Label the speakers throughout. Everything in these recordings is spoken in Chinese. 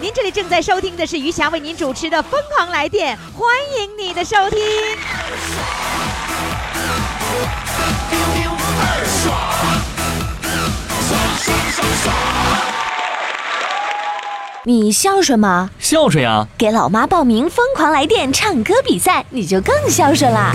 Speaker 1: 您这里正在收听的是余霞为您主持的《疯狂来电》，欢迎你的收听。
Speaker 2: 你孝顺吗？
Speaker 3: 孝顺呀，
Speaker 2: 给老妈报名疯狂来电唱歌比赛，你就更孝顺啦！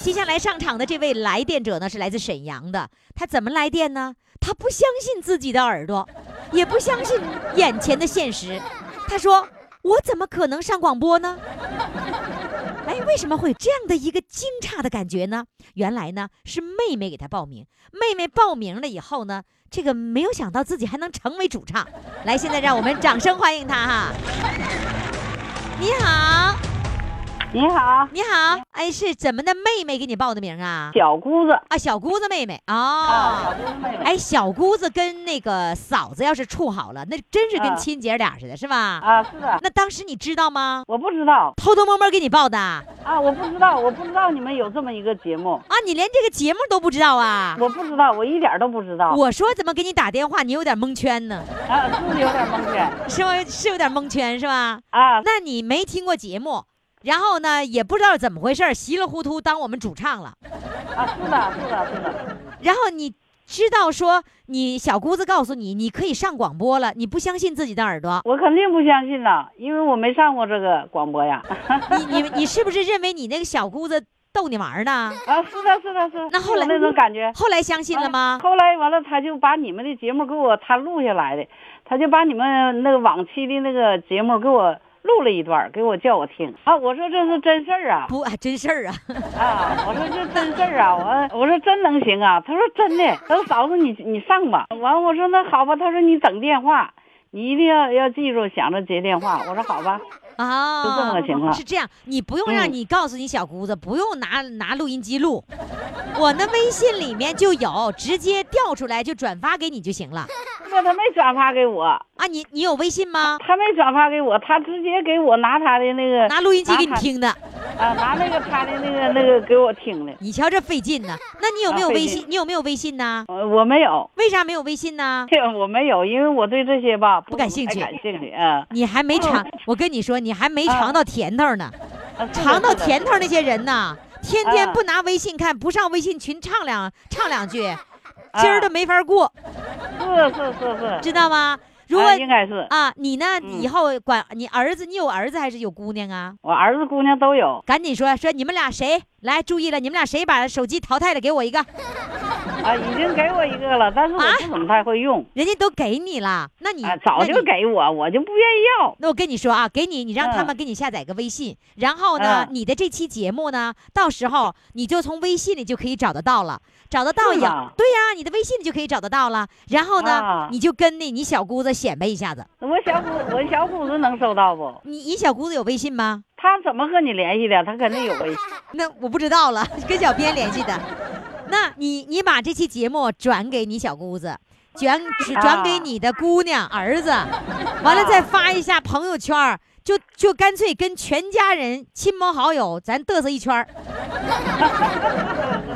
Speaker 1: 接下来上场的这位来电者呢，是来自沈阳的。他怎么来电呢？他不相信自己的耳朵，也不相信眼前的现实。他说：“我怎么可能上广播呢？”哎，为什么会有这样的一个惊诧的感觉呢？原来呢是妹妹给他报名，妹妹报名了以后呢，这个没有想到自己还能成为主唱。来，现在让我们掌声欢迎他哈！你好，
Speaker 4: 你好，
Speaker 1: 你好，哎，是怎么的妹妹给你报的名啊？
Speaker 4: 小姑子
Speaker 1: 啊，小姑子妹妹啊，哦
Speaker 4: 姑子妹妹
Speaker 1: 哎，小姑子跟那个嫂子要是处好了，那真是跟
Speaker 4: 啊
Speaker 1: 亲姐俩似的，是吧？
Speaker 4: 啊，是的，
Speaker 1: 那当时你知道吗？
Speaker 4: 我不知道
Speaker 1: 偷偷摸摸给你报的啊？
Speaker 4: 啊，我不知道，我不知道你们有这么一个节目，
Speaker 1: 你连这个节目都不知道啊？
Speaker 4: 我不知道，我一点都不知道，
Speaker 1: 我说怎么给你打电话，你有点蒙圈呢，
Speaker 4: 啊，是不是有点蒙圈
Speaker 1: 是吗？是有点蒙圈是吧？
Speaker 4: 啊？
Speaker 1: 那你没听过节目，然后呢也不知道怎么回事儿，稀里糊涂当我们主唱了，
Speaker 4: 啊，是的，是的，是的，
Speaker 1: 然后你知道说你小姑子告诉你你可以上广播了，你不相信自己的耳朵，
Speaker 4: 我肯定不相信了，因为我没上过这个广播呀。 啊
Speaker 1: 你你你是不是认为你那个小姑子逗你玩儿呢？
Speaker 4: 啊，是的，是的，是的，
Speaker 1: 那后来
Speaker 4: 有那种感觉。啊
Speaker 1: 后来相信了吗？
Speaker 4: 后来完了，他就把你们的节目给我，他录下来的，他就把你们那个往期的那个节目给我录了一段儿，给我叫我听啊。我说这是真事儿啊，
Speaker 1: 不，还真事儿啊！
Speaker 4: 啊，我说这真事儿啊，我我说真能行啊，他说真的，他说嫂子你你上吧，完我说那好吧，他说你整电话，你一定要要记住想着接电话，我说好吧，
Speaker 1: 啊，
Speaker 4: 就这么个情况
Speaker 1: 是这样，你不用让
Speaker 4: 嗯
Speaker 1: 你告诉你小姑子，不用拿拿录音机录，我那微信里面就有，直接调出来就转发给你就行了。
Speaker 4: 那他没转发给我，
Speaker 1: 啊，你你有微信吗？
Speaker 4: 他没转发给我，他直接给我拿他的那个
Speaker 1: 拿录音机给你
Speaker 4: 拿他
Speaker 1: 听的，
Speaker 4: 啊，拿那个他的那个那个给我听的，
Speaker 1: 你瞧这费劲呢。那你有没有
Speaker 4: 啊费
Speaker 1: 微
Speaker 4: 劲
Speaker 1: 信？你有没有微信呢？
Speaker 4: 呃我没有，
Speaker 1: 为啥没有微信呢？
Speaker 4: 这我没有，因为我对这些吧不
Speaker 1: 不感兴趣
Speaker 4: 太感兴趣，嗯，
Speaker 1: 你还没尝，我跟你说，你还没尝
Speaker 4: 啊
Speaker 1: 到甜头呢。
Speaker 4: 啊是的
Speaker 1: 尝到
Speaker 4: 是的
Speaker 1: 甜头那些人呐，天天
Speaker 4: 啊
Speaker 1: 不拿微信看，不上微信群唱两唱两句，今
Speaker 4: 啊
Speaker 1: 儿都没法过，
Speaker 4: 是是是是，
Speaker 1: 知道吗？如果
Speaker 4: 啊应该 是
Speaker 1: 啊，你呢？
Speaker 4: 嗯
Speaker 1: 以后管你儿子，你有儿子还是有姑娘啊？
Speaker 4: 我儿子姑娘都有。
Speaker 1: 赶紧说说，你们俩谁来？注意了，你们俩谁把手机淘汰了？给我一个，
Speaker 4: 啊，已经给我一个了，但是我不怎么太会用
Speaker 1: 人家都给你了，那你、
Speaker 4: 啊，早
Speaker 1: 啊那
Speaker 4: 就
Speaker 1: 你。
Speaker 4: 给我，我就不愿意要。
Speaker 1: 那我跟你说啊，给你，你让他
Speaker 4: 嗯
Speaker 1: 们给你下载个微信，然后呢，
Speaker 4: 嗯
Speaker 1: 你的这期节目呢，到时候你就从微信里就可以找得到了，找得到
Speaker 4: 是
Speaker 1: 也
Speaker 4: 吗
Speaker 1: 对呀、你的微信里就可以找得到了。然后呢，
Speaker 4: 啊
Speaker 1: 你就跟那你小姑子显摆一下子，
Speaker 4: 我小姑，我小姑子能收到不？
Speaker 1: 你你小姑子有微信吗？
Speaker 4: 她怎么和你联系的？她肯定有微信。
Speaker 1: 那我不知道了，跟小编联系的。 那你你把这期节目转给你小姑子，转
Speaker 4: 啊
Speaker 1: 转给你的姑娘、儿 子，完了再发一下朋友圈儿，就就干脆跟全家人、亲朋好友咱嘚瑟一圈儿，
Speaker 4: 这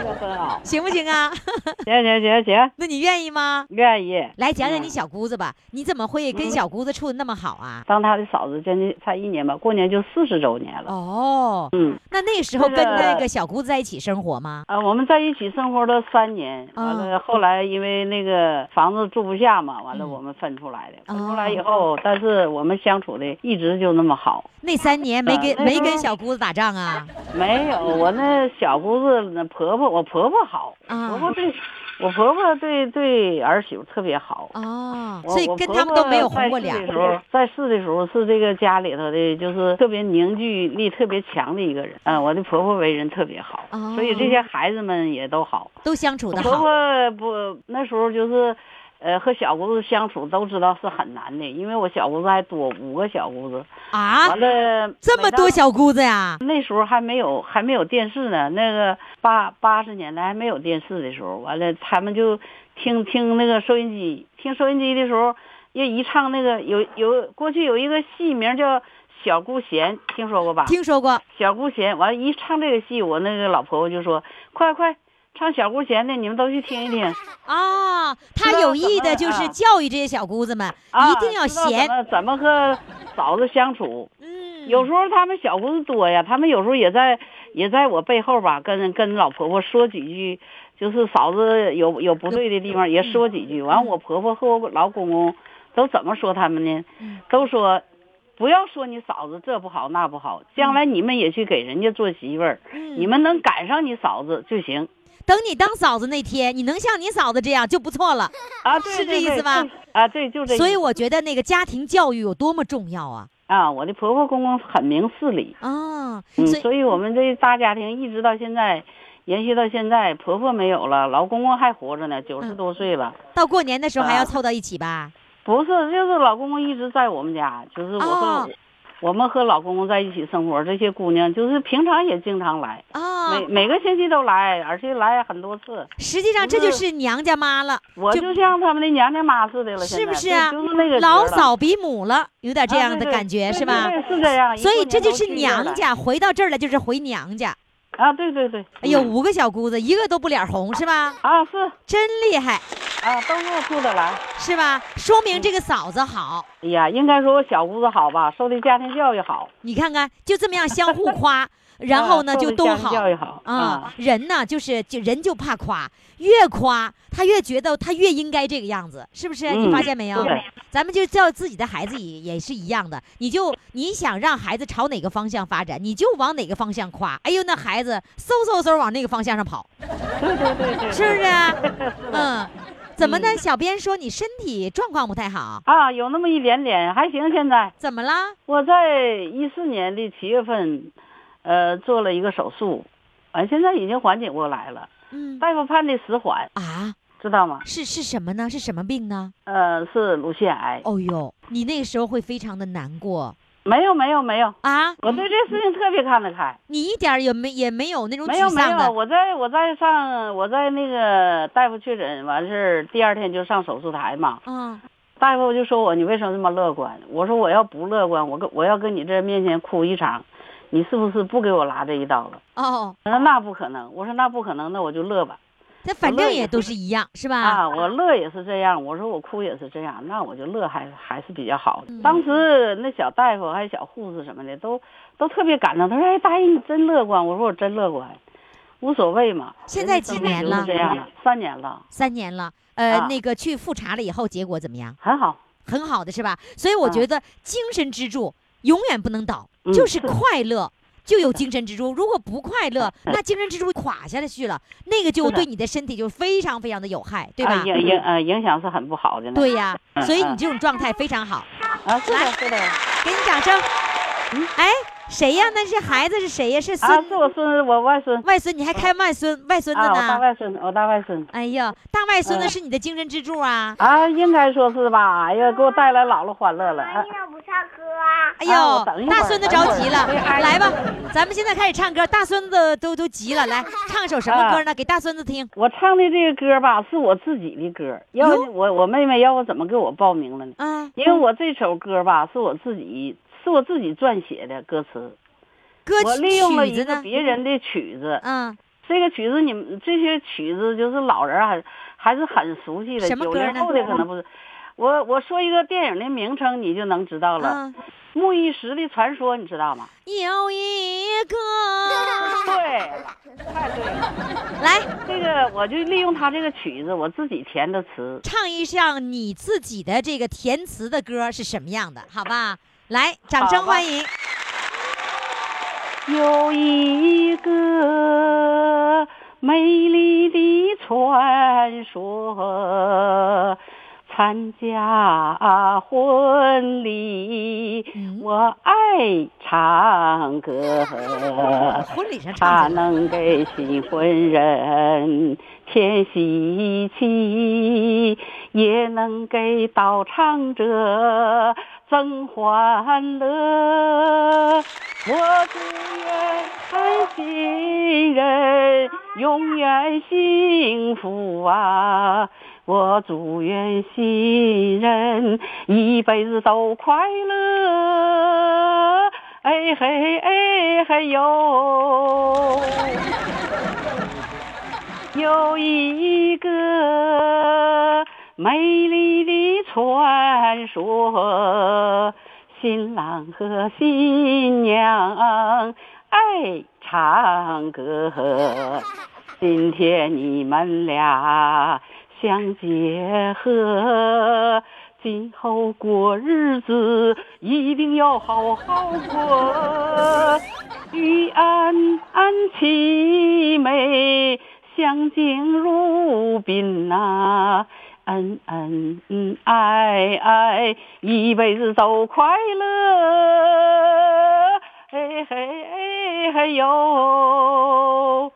Speaker 4: 个很好。
Speaker 1: 行不行啊？
Speaker 4: 行行行行，
Speaker 1: 那你愿意吗？
Speaker 4: 愿意
Speaker 1: 来讲讲你小姑子吧，你怎么
Speaker 4: 嗯
Speaker 1: 会跟小姑子处的那么好啊？
Speaker 4: 当她的嫂子，将近才一年吧，过年就四十周年了。
Speaker 1: 哦，
Speaker 4: 嗯，
Speaker 1: 那那那时候
Speaker 4: 这
Speaker 1: 跟
Speaker 4: 个
Speaker 1: 那个小姑子在一起生活吗？
Speaker 4: 啊，我们在一起生活了三年，
Speaker 1: 啊
Speaker 4: 完了后来因为那个房子住不下嘛，完了
Speaker 1: 嗯
Speaker 4: 我们分出来的。
Speaker 1: 哦
Speaker 4: 分出来以后，但是我们相处的一直就那么好，
Speaker 1: 那三年没跟
Speaker 4: 呃那
Speaker 1: 没
Speaker 4: 时候
Speaker 1: 跟小姑子打仗啊？
Speaker 4: 没有我那小姑子那婆婆，我婆婆好，
Speaker 1: 啊
Speaker 4: 婆婆对，我婆婆对对儿媳妇特别好。
Speaker 1: 哦，
Speaker 4: 我
Speaker 1: 所以
Speaker 4: 我
Speaker 1: 跟
Speaker 4: 婆
Speaker 1: 他们
Speaker 4: 婆
Speaker 1: 都没有红过
Speaker 4: 在世
Speaker 1: 脸
Speaker 4: 的时候，在世的时候是这个家里头的，就是特别凝聚力特别强的一个人。嗯，我的婆婆为人特别好，
Speaker 1: 哦
Speaker 4: 所以这些孩子们也都好。
Speaker 1: 都相处的
Speaker 4: 婆
Speaker 1: 好。
Speaker 4: 婆不那时候就是，呃，和小姑子相处都知道是很难的，因为我小姑子还多五个小姑子，
Speaker 1: 啊
Speaker 4: 完，了
Speaker 1: 这么多。小姑子呀？
Speaker 4: 每当那时候还没有还没有电视呢，那个八八十年代还没有电视的时候，完了他们就听听那个收音机，听收音机的时候，又一唱那个有有过去有一个戏名叫小姑贤，听说过吧？
Speaker 1: 听说过？
Speaker 4: 小姑贤，完了一唱这个戏，我那个老婆婆就说：“快快唱小姑贤的，你们都去听一听。”
Speaker 1: 啊，他
Speaker 4: 知道
Speaker 1: 有意
Speaker 4: 怎么
Speaker 1: 的就是
Speaker 4: 啊
Speaker 1: 教育这些小姑子们，
Speaker 4: 啊，
Speaker 1: 一定要
Speaker 4: 知道
Speaker 1: 贤
Speaker 4: 怎。么怎么和嫂子相处。
Speaker 1: 嗯，
Speaker 4: 有时候他们小姑子多呀，他们有时候也在也在我背后吧，跟跟老婆婆说几句，就是嫂子有有不对的地方也
Speaker 1: 嗯
Speaker 4: 说几句。完，我婆婆和我老公公都怎么说他们呢
Speaker 1: 嗯？
Speaker 4: 都说。不要说你嫂子这不好那不好，将来你们也去给人家做媳妇儿，
Speaker 1: 嗯
Speaker 4: 你们能赶上你嫂子就行
Speaker 1: 等你当嫂子那天，你能像你嫂子这样就不错了。
Speaker 4: 啊！对
Speaker 1: 是这
Speaker 4: 对
Speaker 1: 意
Speaker 4: 对
Speaker 1: 思吧
Speaker 4: 就啊，对，就这意思。
Speaker 1: 所以我觉得那个家庭教育有多么重要啊！
Speaker 4: 啊，我的婆婆公公很明事理，
Speaker 1: 啊，所
Speaker 4: 嗯，
Speaker 1: 以
Speaker 4: 所以我们这大家庭一直到现在，延续到现在，婆婆没有了，老公公还活着呢，九十
Speaker 1: 嗯
Speaker 4: 多岁了。
Speaker 1: 到过年的时候还要
Speaker 4: 啊
Speaker 1: 凑到一起吧？
Speaker 4: 不是，就是老公公一直在我们家，就是我和、
Speaker 1: 哦
Speaker 4: 我们和老公公在一起生活，这些姑娘就是平常也经常来，
Speaker 1: 啊
Speaker 4: 每，每个星期都来，而且来很多次。
Speaker 1: 实际上这就是娘家妈了，
Speaker 4: 我就像他们的娘家妈似的了，
Speaker 1: 是
Speaker 4: 现在
Speaker 1: 不是啊
Speaker 4: 就就是那个
Speaker 1: 老
Speaker 4: 角儿了
Speaker 1: 嫂比母了，有点这
Speaker 4: 啊
Speaker 1: 样
Speaker 4: 对
Speaker 1: 的
Speaker 4: 对
Speaker 1: 感觉、
Speaker 4: 对
Speaker 1: 是吧？
Speaker 4: 对对是这样。一
Speaker 1: 所以
Speaker 4: 过
Speaker 1: 这
Speaker 4: 年都
Speaker 1: 就是
Speaker 4: 去这儿
Speaker 1: 娘
Speaker 4: 来
Speaker 1: 家，回到这儿来就是回娘家。
Speaker 4: 啊，对对对。
Speaker 1: 哎呦，
Speaker 4: 嗯
Speaker 1: 五个小姑子，一个都不脸红是吧？
Speaker 4: 啊是
Speaker 1: 真厉害
Speaker 4: 啊，都是处的来。
Speaker 1: 是吧？说
Speaker 4: 嗯
Speaker 1: 明这个嫂子好，
Speaker 4: 哎呀，应该说我小姑子好吧，受的家庭教育好，
Speaker 1: 你看看就这么样相互夸，然后呢
Speaker 4: 啊
Speaker 1: 就
Speaker 4: 受的
Speaker 1: 都
Speaker 4: 家庭
Speaker 1: 好。
Speaker 4: 教育好
Speaker 1: 啊，人呢，就是就人就怕夸，越夸他越觉得他越应该这个样子，是不是？你
Speaker 4: 嗯
Speaker 1: 发现没有？
Speaker 4: 对
Speaker 1: 咱们就叫自己的孩子也也是一样的，你就你想让孩子朝哪个方向发展，你就往哪个方向夸。哎呦，那孩子嗖嗖嗖往那个方向上跑，
Speaker 4: 对对对对，
Speaker 1: 是不是啊？ 嗯，怎么呢？
Speaker 4: 嗯
Speaker 1: 小编说你身体状况不太好，
Speaker 4: 啊，有那么一点点，还行。现在
Speaker 1: 怎么啦？
Speaker 4: 我在一四年的七月份，呃，做了一个手术，完、现在已经缓解过来了。
Speaker 1: 嗯
Speaker 4: 大夫判的死缓，
Speaker 1: 啊，
Speaker 4: 知道吗？
Speaker 1: 是是什么呢？是什么病呢？
Speaker 4: 呃，是乳腺癌。
Speaker 1: 哦呦，你那时候会非常的难过
Speaker 4: 没有没有没有，
Speaker 1: 啊。
Speaker 4: 我对这事情特别看得开。
Speaker 1: 你一点儿也没也没有那种
Speaker 4: 没有
Speaker 1: 嗯沮
Speaker 4: 没
Speaker 1: 丧
Speaker 4: 有，
Speaker 1: 的，
Speaker 4: 我在我在上我在那个大夫确诊完事儿，第二天就上手术台嘛。
Speaker 1: 嗯，
Speaker 4: 大夫就说我你为什么这么乐观？我说我要不乐观，我跟我要跟你这面前哭一场，你是不是不给我拉这一刀了？
Speaker 1: 哦，
Speaker 4: 他说那不可能，我说那不可能，那我就乐吧。
Speaker 1: 那反正
Speaker 4: 乐
Speaker 1: 也
Speaker 4: 也
Speaker 1: 都是一样，是吧？
Speaker 4: 啊，我乐也是这样，我说我哭也是这样，那我就乐还还是比较好
Speaker 1: 嗯
Speaker 4: 的。当时那小大夫还有小护士什么的都都特别感动，他说哎大爷你真乐观，我说我真乐观，无所谓嘛。
Speaker 1: 现在
Speaker 4: 人
Speaker 1: 几
Speaker 4: 生活
Speaker 1: 年
Speaker 4: 就是
Speaker 1: 了
Speaker 4: 这样了，三年了，
Speaker 1: 三年了，呃，
Speaker 4: 啊
Speaker 1: 那个去复查了以后，结果怎么样？
Speaker 4: 很好。
Speaker 1: 很好的是吧？所以我觉
Speaker 4: 啊
Speaker 1: 得精神支柱永远不能倒，
Speaker 4: 嗯
Speaker 1: 就是
Speaker 4: 是的
Speaker 1: 快 乐。就有精神支柱，如果不快乐，那精神支柱垮下去了，那个就是
Speaker 4: 的
Speaker 1: 对你的身体就非常非常的有害，对
Speaker 4: 啊
Speaker 1: 吧？
Speaker 4: 影影呃影响是很不好的呢。
Speaker 1: 对呀，
Speaker 4: 嗯
Speaker 1: 所以
Speaker 4: 嗯
Speaker 1: 你这种状态非常好，
Speaker 4: 啊，是的，是的。
Speaker 1: 给你掌声。哎，谁呀？那是孩子是谁呀？是
Speaker 4: 啊，
Speaker 1: 孙
Speaker 4: 是我孙子，我外孙。
Speaker 1: 外孙，你还开外孙外孙子
Speaker 4: 嗯啊，我大
Speaker 1: 呢？
Speaker 4: 外孙，我大外孙。
Speaker 1: 哎呀，大外孙子
Speaker 4: 嗯
Speaker 1: 是你的精神支柱啊！
Speaker 4: 啊，应该说是吧？哎呀，给我带来老了欢乐了。啊
Speaker 5: 你咋不唱歌啊？
Speaker 1: 哎
Speaker 4: 啊我
Speaker 1: 呦
Speaker 4: 等一，会儿
Speaker 1: 大孙子着急了
Speaker 4: 等一会儿，哎
Speaker 1: 来吧，咱们现在开始唱歌，大孙子都都急 了，来唱首什么歌呢？给大孙子听。
Speaker 4: 我唱的这个歌吧，是我自己的歌。要
Speaker 1: 哟
Speaker 4: 我我妹妹要我怎么给我报名了呢？
Speaker 1: 啊，
Speaker 4: 因为我这首歌吧，是我自己是我自己撰写的歌词，
Speaker 1: 歌
Speaker 4: 我利用了
Speaker 1: 曲
Speaker 4: 一
Speaker 1: 子
Speaker 4: 个
Speaker 1: 呢？
Speaker 4: 别人的曲子。
Speaker 1: 嗯，
Speaker 4: 这个曲子你们这些曲子就是老人还还是很熟悉的，
Speaker 1: 什么
Speaker 4: 九
Speaker 1: 歌呢嗯
Speaker 4: 零后的可能不是。我我说一个电影的名称，你就能知道了，
Speaker 1: 啊，
Speaker 4: 木易石的传说》，你知道吗？
Speaker 1: 有一个
Speaker 4: 太对了。
Speaker 1: 来
Speaker 4: 这个我就利用他这个曲子，我自己填的词。
Speaker 1: 唱一唱你自己的这个填词的歌是什么样的，好吧？来，掌声
Speaker 4: 好吧
Speaker 1: 欢迎。
Speaker 4: 有一个美丽的传说，参加婚礼，
Speaker 1: 嗯
Speaker 4: 我爱唱歌，呃
Speaker 1: 婚礼上
Speaker 4: 它
Speaker 1: 唱的，
Speaker 4: 能给新婚人添喜气，也能给到唱者增欢乐。我祝愿看新人永远幸福啊！我祝愿新人一辈子都快乐。哎嘿哎嘿哟，有一个美丽的传说，新郎和新娘爱唱歌。今天你们俩相结合，今后过日子一定要好好过。与安安齐美，相敬如宾呐、恩恩爱爱，一辈子都快乐。嘿嘿嘿嘿哟。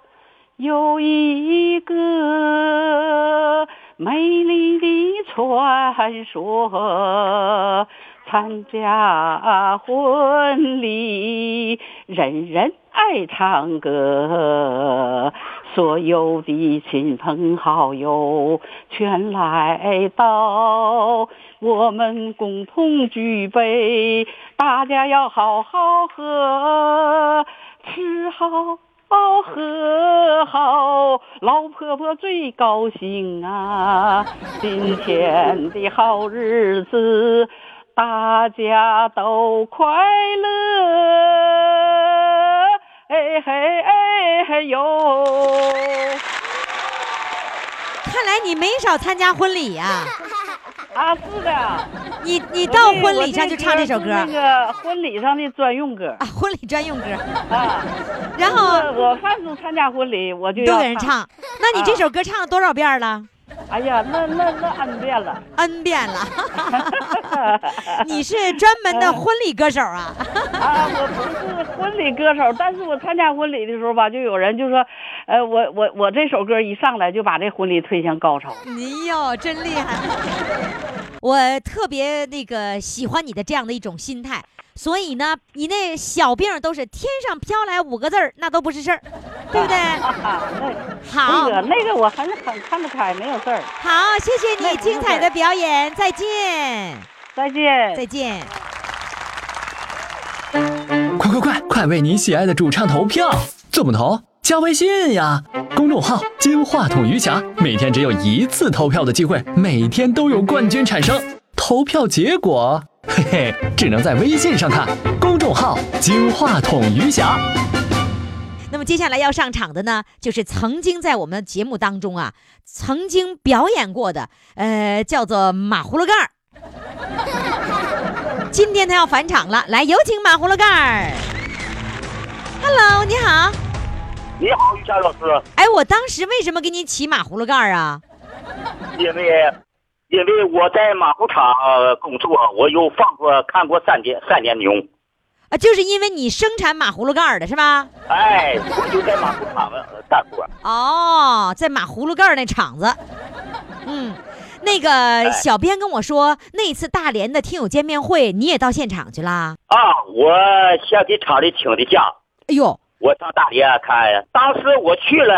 Speaker 4: 有一个美丽的传说，参加啊婚礼，人人爱唱歌，所有的亲朋好友全来到，我们共同举杯，大家要好好喝，吃好。好喝哦好，老婆婆最高兴啊！今天的好日子，大家都快乐。哎嘿哎嘿哟！
Speaker 1: 看来你没少参加婚礼呀、
Speaker 4: 啊，是的，
Speaker 1: 你你
Speaker 4: 你
Speaker 1: 到婚礼上就唱这首歌
Speaker 4: 那
Speaker 1: 啊，
Speaker 4: 个婚礼上的专用歌
Speaker 1: 婚礼专用歌。
Speaker 4: 啊。
Speaker 1: 然后
Speaker 4: 我凡是参加婚礼，我就
Speaker 1: 哦都
Speaker 4: 要
Speaker 1: 给人 唱。那你这首歌唱了多少遍了
Speaker 4: 哎呀，那那那 N 遍了。
Speaker 1: ？N 遍了。 你是专门的婚礼歌手啊？
Speaker 4: 啊，我不是婚礼歌手，但是我参加婚礼的时候吧，就有人就说，呃，我我我这首歌一上来就把这婚礼推向高潮。
Speaker 1: 哎呦，真厉害！我特别那个喜欢你的这样的一种心态，所以呢，你那小病都是天上飘来五个字儿，那都不是事儿，对 不对？
Speaker 4: 啊，那
Speaker 1: 好
Speaker 4: 那个那个我很很看得开，没有事儿。
Speaker 1: 好，谢谢
Speaker 4: 那
Speaker 1: 你
Speaker 4: 不是
Speaker 1: 精彩
Speaker 4: 事
Speaker 1: 的
Speaker 4: 儿
Speaker 1: 表演，再见，
Speaker 4: 再见。
Speaker 1: 再见。
Speaker 3: 快快快，快为你喜爱的主唱投票！怎么投？加微信呀，公众号“金话筒余霞”，每天只有一次投票的机会，每天都有冠军产生。投票结果，嘿嘿，只能在微信上看。公众号“金话筒余霞”。
Speaker 1: 那么接下来要上场的呢，就是曾经在我们节目当中啊，曾经表演过的，呃，叫做马葫芦盖儿。 今天他要返场了，来有请马葫芦盖儿。Hello，你好。
Speaker 5: 你好，于霞老师，
Speaker 1: 哎，我当时为什么给你起马葫芦盖儿啊？
Speaker 5: 因为因为我在马工厂呃工作，我有放过看过三年三年牛，
Speaker 1: 啊，就是因为你生产马葫芦盖儿的是吧？
Speaker 5: 哎，我就在马工厂呃干活，
Speaker 1: 哦，在马葫芦盖儿那厂子。嗯，那个小编跟我说，那次大连的听友见面会，你也到现场去啦？
Speaker 5: 啊，我先给厂里请的假，
Speaker 1: 哎呦，
Speaker 5: 我上大连看，当时我去了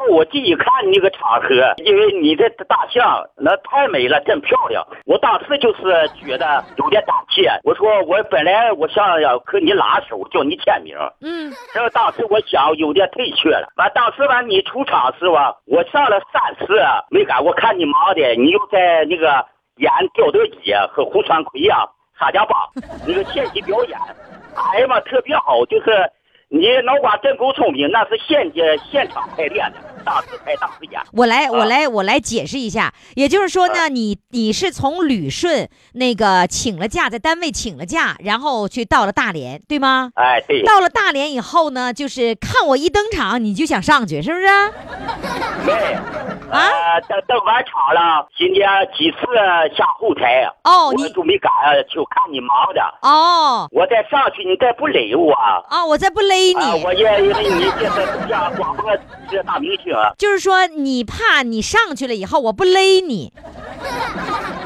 Speaker 5: M，我自己看那个场合，因为你的大象那太美了，真漂亮。我当时就是觉得有点胆怯，我说我本来我想要和你拉手，叫你签名，
Speaker 1: 嗯，
Speaker 5: 这当时我想有点退却了，完当时完你出场时吧，我上了三次啊没敢，我看你忙的，你又在那个演吊德姐和胡啊传奎呀、沙家浜那个现场表演，哎呀妈特别好，就是你脑瓜真够聪明，那是现阶现场排练的，当时排当时演。
Speaker 1: 我来，我
Speaker 5: 啊
Speaker 1: 来，我来解释一下。也就是说呢，你你是从旅顺那个请了假，在单位请了假，然后去到了大连，对吗？
Speaker 5: 哎，对，
Speaker 1: 到了大连以后呢，就是看我一登场，你就想上去，是不是？
Speaker 5: 对，啊，等等完场了，今天几次下后台，
Speaker 1: 哦，
Speaker 5: 我
Speaker 1: 你
Speaker 5: 都没敢就看你忙的，
Speaker 1: 哦
Speaker 5: 我再上去你再不勒我啊，
Speaker 1: 哦，我再不勒
Speaker 5: 啊，
Speaker 1: 你，
Speaker 5: 我也因为你这是像广播这大啊明星，
Speaker 1: 就是说你怕你上去了以后我不勒你。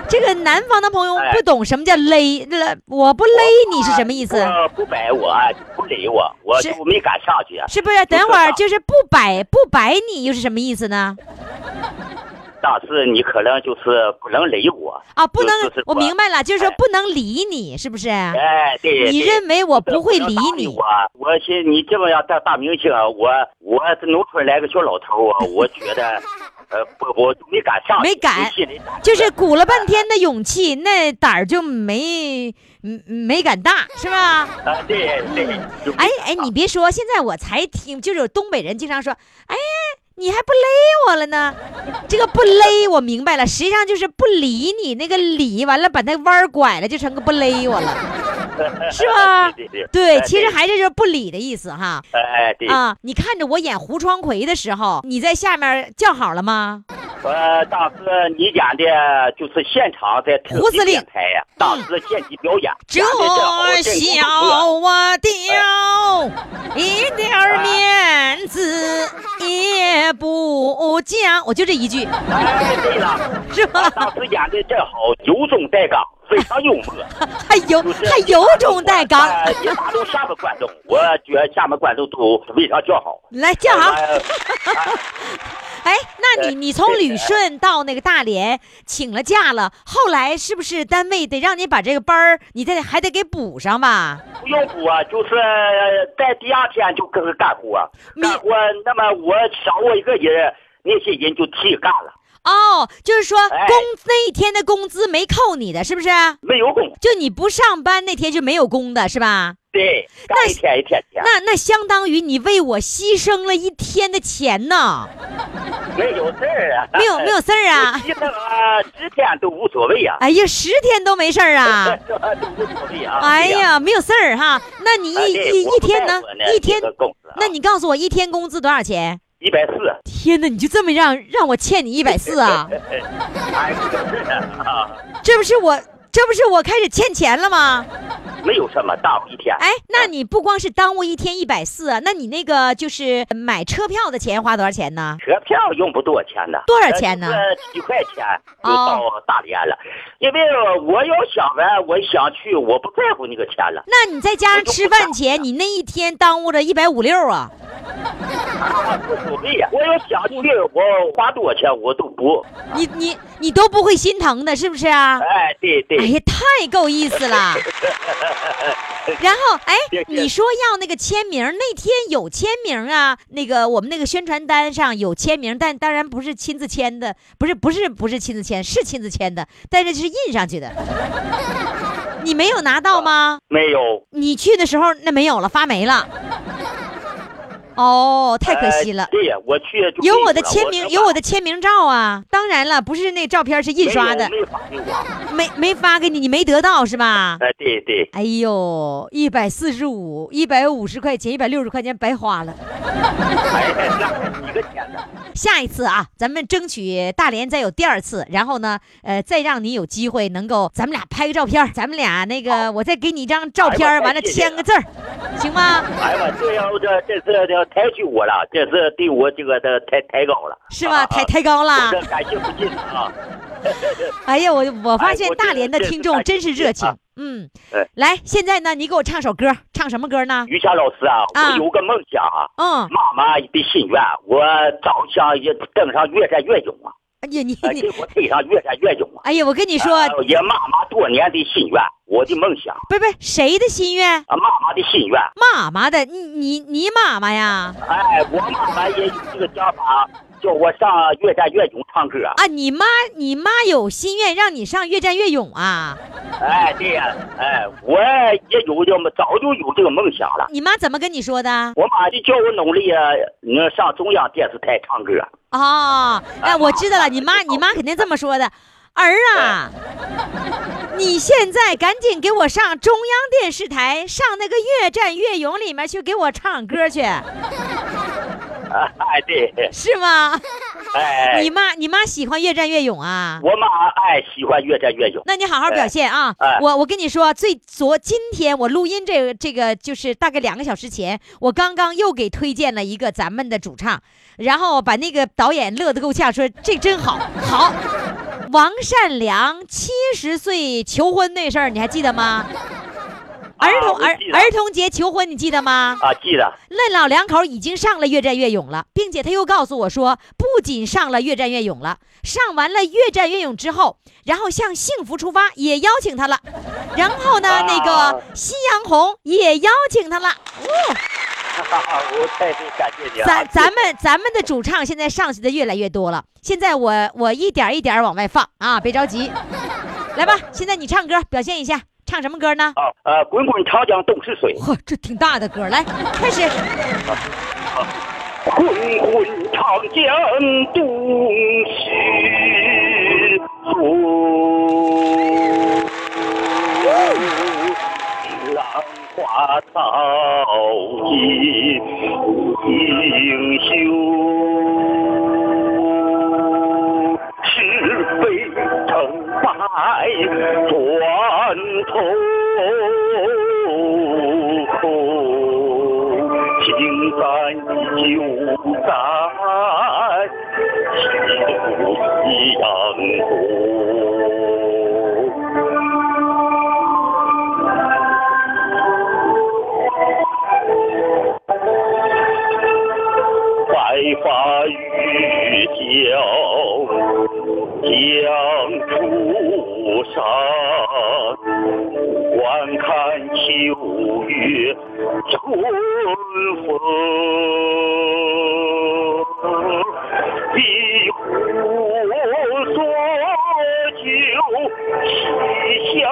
Speaker 1: 这个南方的朋友
Speaker 5: 哎
Speaker 1: 不懂什么叫勒，勒我不勒你是什么意思？
Speaker 5: 呃，不摆我，不勒我，我
Speaker 1: 是
Speaker 5: 就没敢上去。
Speaker 1: 是不是？等会
Speaker 5: 啊
Speaker 1: 儿就是不摆不摆你又是什么意思呢？
Speaker 5: 当时你可能就是不能勒我，
Speaker 1: 啊，不
Speaker 5: 就
Speaker 1: 能
Speaker 5: 就是，
Speaker 1: 我
Speaker 5: 说
Speaker 1: 明白了，就是说
Speaker 5: 哎
Speaker 1: 不能理你，是不是？
Speaker 5: 哎，对，
Speaker 1: 你
Speaker 5: 对
Speaker 1: 认为我不会
Speaker 5: 能
Speaker 1: 理
Speaker 5: 搭
Speaker 1: 你
Speaker 5: 我，我寻思你这么样大大明星，我我这农村来个小老头 啊，我觉得，呃，不，我就没敢上去，
Speaker 1: 没敢
Speaker 5: 就心里胆
Speaker 1: 就
Speaker 5: 怯
Speaker 1: 是鼓了半天的勇气，那胆儿就没嗯没敢大，是吧？
Speaker 5: 啊，对对，就没
Speaker 1: 哎
Speaker 5: 敢
Speaker 1: 哎，
Speaker 5: 上？
Speaker 1: 你别说，现在我才听，就是有东北人经常说，哎呀，你还不勒我了呢？这个不勒我明白了，实际上就是不理你，那个理完了把那弯儿拐了，就成个不勒我了，是吧
Speaker 5: 对对
Speaker 1: 对
Speaker 5: 哎，
Speaker 1: 其实还是就是不理的意思哈。
Speaker 5: 哎哎对，
Speaker 1: 啊、你看着我演胡双奎的时候，你在下面叫好了吗？
Speaker 5: 呃，当时你演的就是现场在特
Speaker 1: 胡司
Speaker 5: 别
Speaker 1: 令嗯
Speaker 5: 电台呀，当时献技表演，
Speaker 1: 这
Speaker 5: 演得真好真
Speaker 1: 小
Speaker 5: 不错
Speaker 1: 我啊丢，一点儿面子也不讲，我就这一句，
Speaker 5: 哎，对 了，
Speaker 1: 是吧？
Speaker 5: 当时演的真好，有中带刚，非常幽默。
Speaker 1: 还有 还有种带刚，
Speaker 5: 呃也打动厦门观众，我觉得厦门观众都非常叫好。
Speaker 1: 来叫好。
Speaker 5: 呃
Speaker 1: 哎，那你你从旅顺到那个大连请了假了，后来是不是单位得让你把这个班儿，你再还得给补上吧？
Speaker 5: 不用补啊，就是在第二天就开始干活，
Speaker 1: 你
Speaker 5: 干活。那么我少我一个人，那些人就替干了，
Speaker 1: 哦，就是说工、
Speaker 5: 哎
Speaker 1: 那一天的工资没扣你的，是不是？
Speaker 5: 没有工。
Speaker 1: 就你不上班那天就没有工的是吧？
Speaker 5: 对，干一天一天啊一天，
Speaker 1: 那那相当于你为我牺牲了一天的钱 呢，
Speaker 5: 没有事儿啊。
Speaker 1: 没有没有事儿 啊？
Speaker 5: 其实啊，十天都无所谓啊。
Speaker 1: 哎呀，十天都没事儿 啊！
Speaker 5: 都无所谓啊。
Speaker 1: 哎
Speaker 5: 对啊，
Speaker 1: 呀，没有事儿哈。那你一
Speaker 5: 啊对
Speaker 1: 一
Speaker 5: 我
Speaker 1: 一
Speaker 5: 不
Speaker 1: 天
Speaker 5: 在
Speaker 1: 呢
Speaker 5: 乎呢？
Speaker 1: 一天
Speaker 5: 这个工资啊，
Speaker 1: 那你告诉我一天工资多少钱？
Speaker 5: 一百四，
Speaker 1: 天哪，你就这么让让我欠你一百四 啊？
Speaker 5: 哎，没有事儿啊，
Speaker 1: 这不是我这不是我开始欠钱了吗？
Speaker 5: 没有什么耽误一天。
Speaker 1: 哎，那你不光是耽误一天一百四啊，那你那个就是买车票的钱花多少钱呢？
Speaker 5: 车票用不多钱呢，
Speaker 1: 多少钱呢哦
Speaker 5: 呃，就是几块钱就到大连了。因为我要想完，我想去，我不在乎那个钱了。
Speaker 1: 那你再加上吃饭钱，你那一天耽误了一百五六啊！
Speaker 5: 啊，无所谓呀。我要想去，我花多少钱我都不。
Speaker 1: 你你你都不会心疼的，是不是啊？
Speaker 5: 哎，对 对，
Speaker 1: 哎呀，太够意思了。 然后，哎
Speaker 5: 谢，谢
Speaker 1: 你说要那个签名，那天有签名啊？那个我们那个宣传单上有签名，但当然不是亲自签的，不是不是不是亲自签，是亲自签的，但是是印上去 的。你没有拿到吗？
Speaker 5: 没有，
Speaker 1: 你去的时候那没有了，发霉了。哦，太可惜了。
Speaker 5: 哎对呀，我去就
Speaker 1: 有
Speaker 5: 没
Speaker 1: 我的
Speaker 5: 了
Speaker 1: 签名，有我的签名照啊！当然了，不是那照片，是印刷的
Speaker 5: 没，有没发给我。
Speaker 1: 没没发给你，你没得到是吧？
Speaker 5: 哎，对对，
Speaker 1: 哎呦，一百四十五、一百五十块钱、一百六十块钱白花了。
Speaker 5: 哎，那一个天呢？
Speaker 1: 下一次啊，咱们争取大连再有第二次，然后呢，呃，再让你有机会能够咱们俩拍个照片儿，咱们俩那个我再给你一张照片
Speaker 5: 哎
Speaker 1: 儿，
Speaker 5: 我太
Speaker 1: 完了
Speaker 5: 谢谢
Speaker 1: 签个字儿，行吗？
Speaker 5: 哎呀，这要这这是要抬举我了，这是对我这个的抬抬高了，
Speaker 1: 是吧？
Speaker 5: 啊
Speaker 1: 抬抬高
Speaker 5: 啊
Speaker 1: 啦
Speaker 5: 我！这感谢不尽了啊。
Speaker 1: 哎呀，我我发
Speaker 5: 哎
Speaker 1: 现
Speaker 5: 我
Speaker 1: 大
Speaker 5: 这
Speaker 1: 连的
Speaker 5: 这
Speaker 1: 听
Speaker 5: 是
Speaker 1: 众
Speaker 5: 太
Speaker 1: 真是
Speaker 5: 谢谢
Speaker 1: 热情
Speaker 5: 啊。
Speaker 1: 嗯
Speaker 5: 哎，
Speaker 1: 来，现在呢，你给我唱首歌，唱什么歌呢？
Speaker 5: 于霞老师啊，
Speaker 1: 啊
Speaker 5: 我有个梦想啊，
Speaker 1: 嗯，
Speaker 5: 妈妈的心愿，我早想也登上越战越勇 啊，
Speaker 1: 哎呀，你
Speaker 5: 呃
Speaker 1: 你
Speaker 5: 给，我推上越战越勇啊。
Speaker 1: 哎呀，我跟你说，
Speaker 5: 呃也妈妈多年的心愿，我的梦想
Speaker 1: 不是不是，谁的心愿？
Speaker 5: 啊，妈妈的心愿。
Speaker 1: 妈妈的，你你你妈妈呀？
Speaker 5: 哎，我妈妈也有这个想法，
Speaker 6: 叫我上越战越勇唱歌。
Speaker 1: 啊，你妈你妈有心愿让你上越战越勇啊？
Speaker 6: 哎，对呀，哎，我也有这么早就有这个梦想了。
Speaker 1: 你妈怎么跟你说的？
Speaker 6: 我妈就叫我努力啊，那上中央电视台唱歌。啊
Speaker 1: 哦，哎，我知道了，你妈你妈肯定这么说的。儿啊，你现在赶紧给我上中央电视台，上那个《越战越勇》里面去给我唱歌去，
Speaker 6: 哎，对，
Speaker 1: 是吗？
Speaker 6: 哎，
Speaker 1: 你妈你妈喜欢《越战越勇》啊？
Speaker 6: 我妈哎喜欢越战越勇。
Speaker 1: 那你好好表现啊！
Speaker 6: 哎哎
Speaker 1: 我我跟你说，最昨今天我录音这个这个就是大概两个小时前，我刚刚又给推荐了一个咱们的主唱，然后把那个导演乐得够呛，说这真好，好。王善良七十岁求婚那事儿你还记得吗？儿童
Speaker 6: 啊我
Speaker 1: 儿
Speaker 6: 记得
Speaker 1: 儿童节求婚你记得吗？
Speaker 6: 啊，记得
Speaker 1: 那老两口已经上了《越战越勇》了，并且他又告诉我说，不仅上了《越战越勇》了，上完了《越战越勇》之后，然后向《幸福出发》也邀请他了，然后呢，
Speaker 6: 啊
Speaker 1: 那个夕阳红也邀请他了。
Speaker 6: 哈哈，我太感谢你了。啊
Speaker 1: 咱咱们咱们的主唱现在上去的越来越多了，现在我我一点一点往外放啊，别着急，来吧，现在你唱歌表现一下，唱什么歌呢？
Speaker 6: 啊，呃，滚滚长江东逝水，
Speaker 1: 嚯，这挺大的歌，来开始。
Speaker 6: 滚滚长江东逝水，浪花淘尽英雄。是非成败转头空，情感就在夕阳红。白发渔樵江渚上，观看秋月春风。碧湖浊酒喜相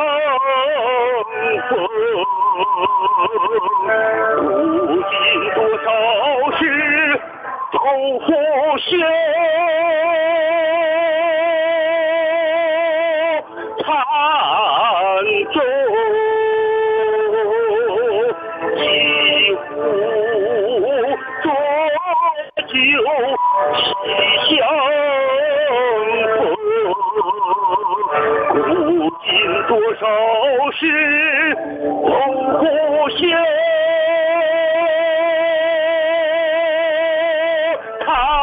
Speaker 6: 逢。如今多少事都复休，禅宗几壶浊酒喜相逢，如今多少事都复休。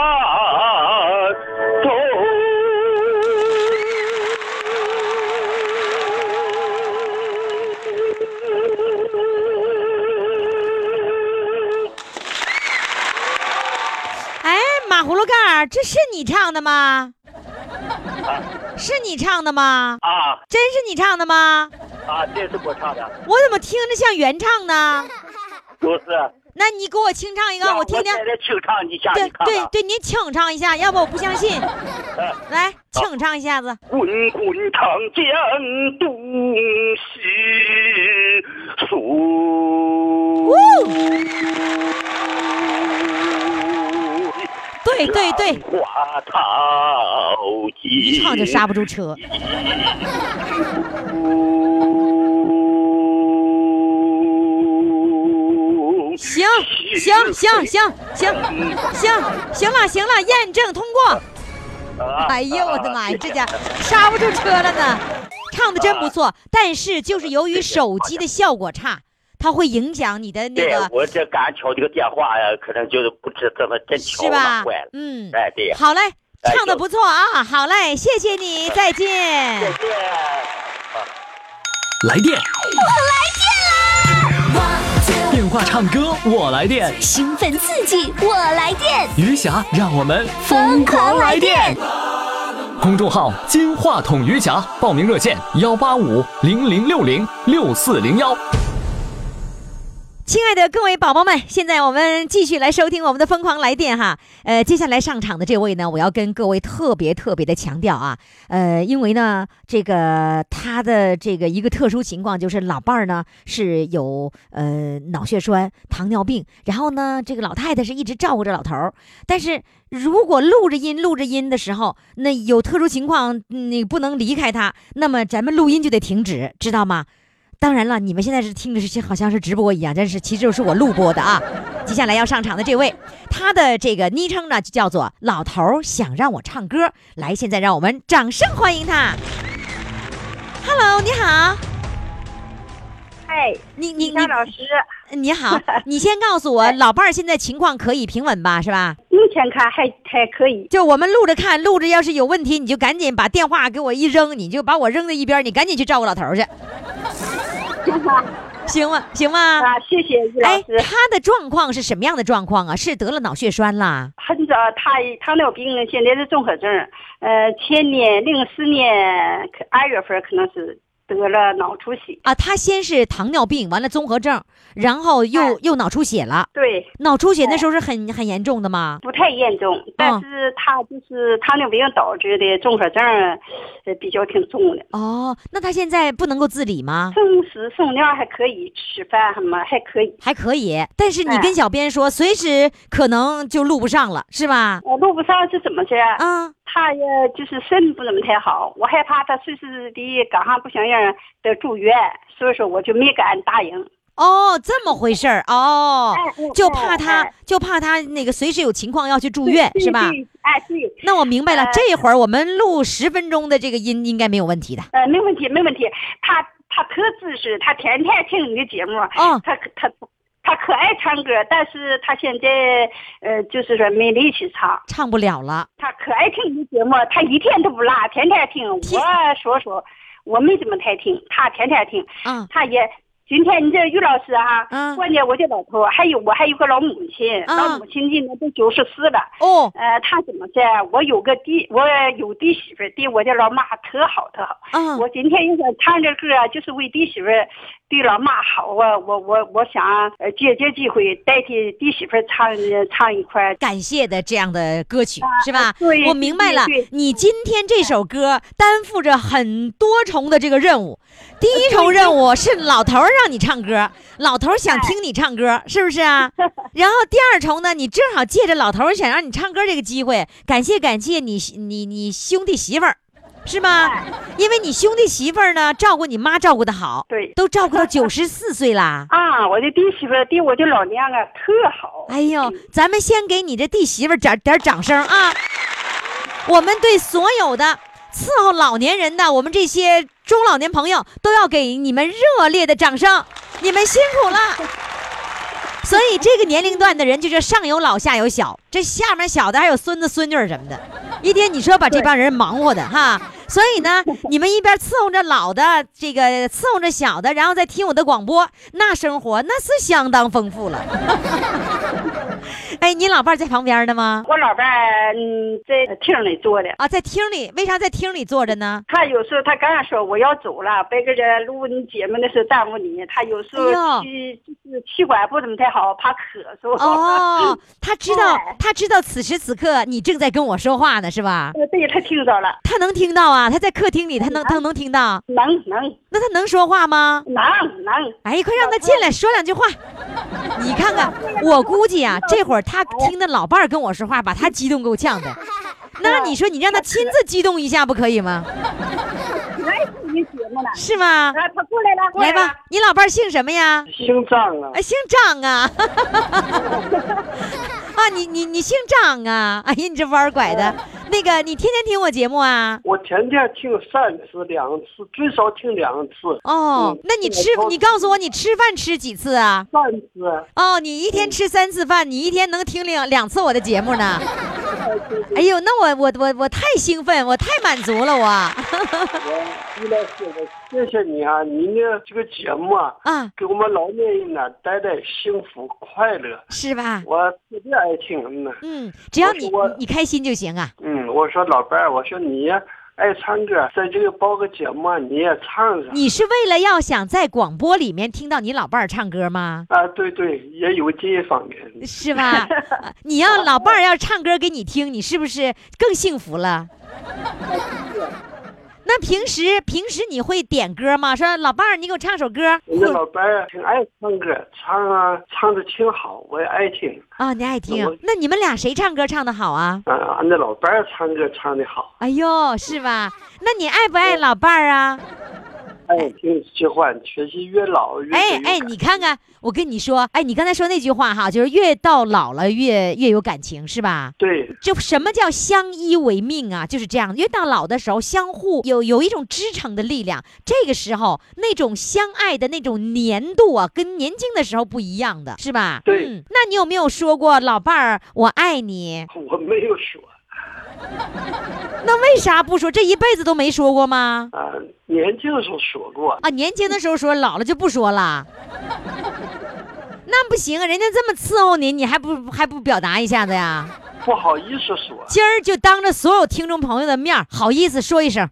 Speaker 6: 他走。
Speaker 1: 哎，马葫芦盖儿，这是你唱的吗？是你唱的吗？
Speaker 6: 啊
Speaker 1: 真是你唱的吗？
Speaker 6: 啊，这是我唱的，
Speaker 1: 我怎么听着像原唱呢？
Speaker 6: 就是。
Speaker 1: 那你给我清唱一个，我听听
Speaker 6: 现。在清唱一下，
Speaker 1: 对
Speaker 6: 你看
Speaker 1: 对
Speaker 6: 看。
Speaker 1: 对，您请唱一下，要不我不相信。来，请唱一下子。
Speaker 6: 滚滚长江东逝水。
Speaker 1: 哦对对对，
Speaker 6: 浪花淘尽，
Speaker 1: 一唱就刹不住车。行行行行行行行了行了，验证通过。 哎呦我的妈呀，这家刹不住车了呢，唱的真不
Speaker 6: 啊
Speaker 1: 错，但是就是由于手机的效果差，它会影响你的那
Speaker 6: 对
Speaker 1: 个，
Speaker 6: 我这赶巧这个电话呀，可能就是不知怎么真巧
Speaker 1: 是吧
Speaker 6: 了，坏了？。
Speaker 1: 嗯，
Speaker 6: 哎，对呀，
Speaker 1: 好嘞，
Speaker 6: 哎
Speaker 1: 唱的不错啊，好嘞，谢谢你，再见。
Speaker 6: 再见。
Speaker 3: 来电，我来电啦！电话唱歌，我来电。
Speaker 2: 兴奋刺激，我来电！
Speaker 3: 余霞，让我们
Speaker 2: 疯狂来电！
Speaker 3: 公众号“金话筒余霞”，报名热线：幺八五零零六零六四零幺。
Speaker 1: 亲爱的各位宝宝们，现在我们继续来收听我们的《疯狂来电》哈。呃，接下来上场的这位呢，我要跟各位特别特别的强调啊，呃，因为呢，这个他的这个一个特殊情况就是老伴儿呢是有呃脑血栓、糖尿病，然后呢，这个老太太是一直照顾着老头儿，但是如果录着音录着音的时候，那有特殊情况，嗯你不能离开他，那么咱们录音就得停止，知道吗？当然了，你们现在是听的是像好像是直播一样，但是其实就是我录播的啊。 接下来要上场的这位，他的这个昵称呢就叫做“老头儿想让我唱歌”。来，现在让我们掌声欢迎他。Hello，你好，
Speaker 7: 嗨，
Speaker 1: 你你
Speaker 7: 李佳
Speaker 1: 你
Speaker 7: 老师，
Speaker 1: 你好，你先告诉 我，老伴儿现在情况可以平稳吧？是吧？
Speaker 7: 目前看还还可以。
Speaker 1: 就我们录着看，录着要是有问题，你就赶紧把电话给我一扔，你就把我扔在一边儿，你赶紧去照顾老头儿 去，行吗？行吗？
Speaker 7: 啊，谢谢于老
Speaker 1: 哎，
Speaker 7: 师。
Speaker 1: 他的状况是什么样的状况啊？是得了脑血栓啦？
Speaker 7: 很早，他糖尿病了，现在是综合症。呃，前年零四年可二月份可能是得了脑出血。
Speaker 1: 啊，他先是糖尿病，完了综合症，然后又、
Speaker 7: 哎
Speaker 1: 又脑出血了。
Speaker 7: 对，
Speaker 1: 脑出血那时候是很很严重的吗？啊
Speaker 7: 不太严重，但是他就是糖尿病导致的综合症，呃，比较挺重的。
Speaker 1: 哦，那他现在不能够自理吗？
Speaker 7: 送食送尿还可以，吃饭什么还可以。
Speaker 1: 还可以，但是你
Speaker 7: 哎
Speaker 1: 跟小编说，随时可能就录不上了，是吧？
Speaker 7: 我录不上是怎么着？
Speaker 1: 啊，
Speaker 7: 他也就是肾不怎么太好，我害怕他随时的赶上不行让得住院，所以说我就没敢答应。
Speaker 1: 哦，这么回事儿哦
Speaker 7: 哎哎，
Speaker 1: 就怕他啊
Speaker 7: 哎
Speaker 1: 就怕他那个随时有情况要去住院，是吧？
Speaker 7: 对？对哎，对，
Speaker 1: 那我明白了
Speaker 7: 哎，
Speaker 1: 这会儿我们录十分钟的这个音应该没有问题的。
Speaker 7: 呃，没问题，没问题。他他特支持，他天天听你的节目。
Speaker 1: 哦
Speaker 7: 他可他他可爱唱歌，但是他现在呃，就是说没力气唱。
Speaker 1: 唱不了了。
Speaker 7: 他可爱听你的节目，他一天都不落，天天听。
Speaker 1: 听
Speaker 7: 我说说，我没怎么太听，他天天听。
Speaker 1: 啊
Speaker 7: 他也今天你这于老师哈、
Speaker 1: 嗯
Speaker 7: 关键我这老头儿还有我还有个老母亲，
Speaker 1: 啊
Speaker 7: 老母亲今年都九十四了。
Speaker 1: 哦
Speaker 7: 呃，他怎么的？我有个弟，我有弟媳妇儿，对我的老妈特好特好。
Speaker 1: 啊
Speaker 7: 我今天又想唱这歌啊，就是为弟媳妇儿、对老妈好啊。我我我想呃借这机会代替弟媳妇儿唱唱一块儿。
Speaker 1: 感谢的这样的歌曲、是吧？
Speaker 7: 啊对
Speaker 1: 我明白了
Speaker 7: 对对。
Speaker 1: 你今天这首歌担负着很多重的这个任务，第一重任 务是老头儿让你唱歌，老头儿想听你唱歌，是不是 啊？然后第二重呢，你正好借着老头儿想让你唱歌这个机会，感谢感谢你你你兄弟媳妇儿，是吗？
Speaker 7: 哎
Speaker 1: 因为你兄弟媳妇儿呢照顾你妈照顾的好，
Speaker 7: 对
Speaker 1: 都照顾到九十四岁啦。
Speaker 7: 啊，我的弟媳妇儿对我的老娘啊特好。
Speaker 1: 哎呦，咱们先给你这弟媳妇儿点点掌声啊！我们对所有的伺候老年人的，我们这些中老年朋友都要给你们热烈的掌声，你们辛苦了。 所以这个年龄段的人就是上有老下有小，这下面小的还有孙子孙女儿什么的，一天你说把这帮人忙活的哈。所以呢，你们一边伺候着老的，这个伺候着小的，然后再听我的广播，那生活那是相当丰富了。 哎，你老伴儿在旁边呢吗？
Speaker 7: 我老伴儿嗯在厅里坐的。
Speaker 1: 啊，在厅里，为啥在厅里坐着呢？
Speaker 7: 他有时候他刚说我要走了，别跟人录你节目的时候耽误你。他有时
Speaker 1: 哎呦
Speaker 7: 候气就是气管不怎么太好，怕咳嗽。
Speaker 1: 哦，他知道
Speaker 7: 哎，
Speaker 1: 他知道此时此刻你正在跟我说话呢，是吧？
Speaker 7: 呃， 对他听着了，
Speaker 1: 他能听到啊，他在客厅里，他能他能听到。
Speaker 7: 能能
Speaker 1: 那他能说话吗？
Speaker 7: 能能，
Speaker 1: 哎，快让他进来说两句话。你看看，我估计啊，这会儿他听他老伴儿跟我说话，把他激动够呛的。那你说你让他亲自激动一下不可以吗？
Speaker 7: 可爱听你节目了。
Speaker 1: 是吗？
Speaker 7: 啊，他过来了，过
Speaker 1: 来
Speaker 7: 了
Speaker 1: 吧，，你老伴儿姓什么呀？
Speaker 7: 姓张啊
Speaker 1: 啊，姓张啊！ 啊，你你你姓张啊！哎呀，你这弯儿拐的，那个你天天听我节目啊？
Speaker 8: 我天天听三次、两次，最少听两次。
Speaker 1: 哦
Speaker 8: 嗯，
Speaker 1: 那你吃
Speaker 8: 我，
Speaker 1: 你告诉我你吃饭吃几次啊？
Speaker 8: 三次，
Speaker 1: 哦，你一天
Speaker 8: 嗯
Speaker 1: 吃三次饭，你一天能听两两次我的节目 呢？哎呦，那我我我我太兴奋，我太满足了我
Speaker 8: 我于老师，我谢谢你啊！你的这个节目啊，
Speaker 1: 啊，
Speaker 8: 给我们老年人呢带来幸福快乐，
Speaker 1: 是吧？
Speaker 8: 我特别爱听呢。嗯
Speaker 1: 嗯，只要
Speaker 8: 我
Speaker 1: 你
Speaker 8: 我
Speaker 1: 你开心就行啊。
Speaker 8: 嗯，我说老伴儿，我说你呀，爱唱歌，在这个包个节目啊你也唱上
Speaker 1: 你是为了要想在广播里面听到你老伴儿唱歌吗？
Speaker 8: 啊，对对，也有街坊的。
Speaker 1: 是 吧？啊你要老伴儿要唱歌给你听，你是不是更幸福 了？那平时平时你会点歌吗？说老伴儿，你给我唱首歌。
Speaker 8: 人家
Speaker 1: 会
Speaker 8: 老伴儿挺爱唱歌，唱啊唱的挺好，我也爱听。
Speaker 1: 啊，你爱听
Speaker 8: 我。
Speaker 1: 那你们俩谁唱歌唱的好啊？
Speaker 8: 啊，俺那老伴儿唱歌唱的好，
Speaker 1: 哎呦，是吧？那你爱不爱老伴儿啊？
Speaker 8: 爱听喜欢，学习越老越
Speaker 1: 哎
Speaker 8: 有
Speaker 1: 哎，
Speaker 8: 感
Speaker 1: 你看看，我跟你说，哎，你刚才说那句话哈，就是越到老了越越有感情，是吧？
Speaker 8: 对
Speaker 1: 这什么叫相依为命啊？就是这样，越到老的时候，相互有有一种支撑的力量。这个时候，那种相爱的那种粘度啊，跟年轻的时候不一样的，是吧？
Speaker 8: 对
Speaker 1: 嗯。那你有没有说过老伴儿，我爱你？
Speaker 8: 我没有说
Speaker 1: 那为啥不说？这一辈子都没说过吗？
Speaker 8: 啊，年轻的时候说过，
Speaker 1: 啊，年轻的时候说，老了就不说了。那不行啊，人家这么伺候你，你还不还不表达一下子呀？
Speaker 8: 不好意思说。
Speaker 1: 今儿就当着所有听众朋友的面儿，好意思说一声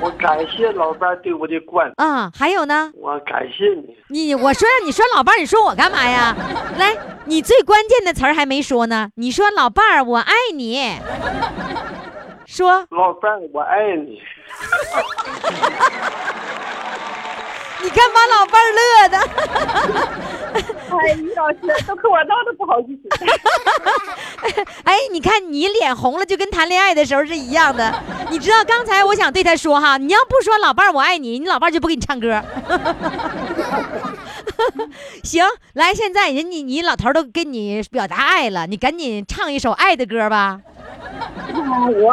Speaker 8: 我感谢老伴儿对我的关，
Speaker 1: 啊、还有呢？
Speaker 8: 我感谢你。
Speaker 1: 你我说让你说老伴儿，你说我干嘛呀？来，你最关键的词儿还没说呢。你说老伴儿，我爱你。说
Speaker 8: 老伴儿，我爱你。
Speaker 1: 你看把老伴儿乐的，
Speaker 9: 哎，于老师都给我闹得不好意思。
Speaker 1: 哎，你看你脸红了，就跟谈恋爱的时候是一样的。你知道刚才我想对他说哈，你要不说老伴儿我爱你，你老伴儿就 不给你唱歌。行，来，现在人你你老头儿都跟你表达爱了，你赶紧唱一首爱的歌吧。
Speaker 9: 我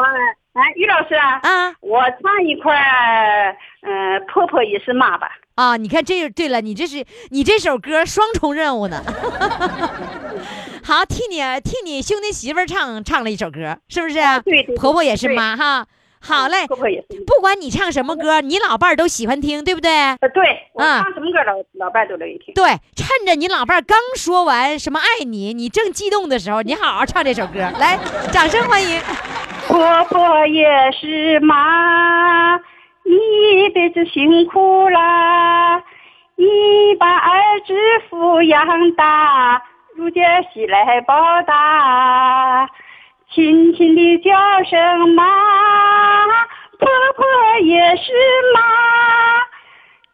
Speaker 9: 哎，于老师啊，
Speaker 1: 啊
Speaker 9: 我唱一块儿，
Speaker 7: 呃
Speaker 9: 嗯、婆婆也是妈吧。
Speaker 1: 啊，你看这对了，你这是你这首歌双重任务呢。 好，替你替你兄弟媳妇儿唱唱了一首歌，是不是啊、
Speaker 9: 对对对嗯
Speaker 1: 婆婆也是妈哈。好嘞，
Speaker 9: 婆婆也是。
Speaker 1: 不管你唱什么歌，你老伴儿都喜欢听，对不对？
Speaker 9: 呃，对，我
Speaker 1: 啊
Speaker 9: 唱什么歌老、老伴儿都乐意听。
Speaker 1: 对，趁着你老伴儿刚说完什么爱你，你正激动的时候，你好好唱这首歌，来，掌声欢迎。
Speaker 9: 婆婆也是妈，一辈子辛苦啦，你把儿子抚养大，如今喜来报答，轻轻地叫声妈，婆婆也是妈，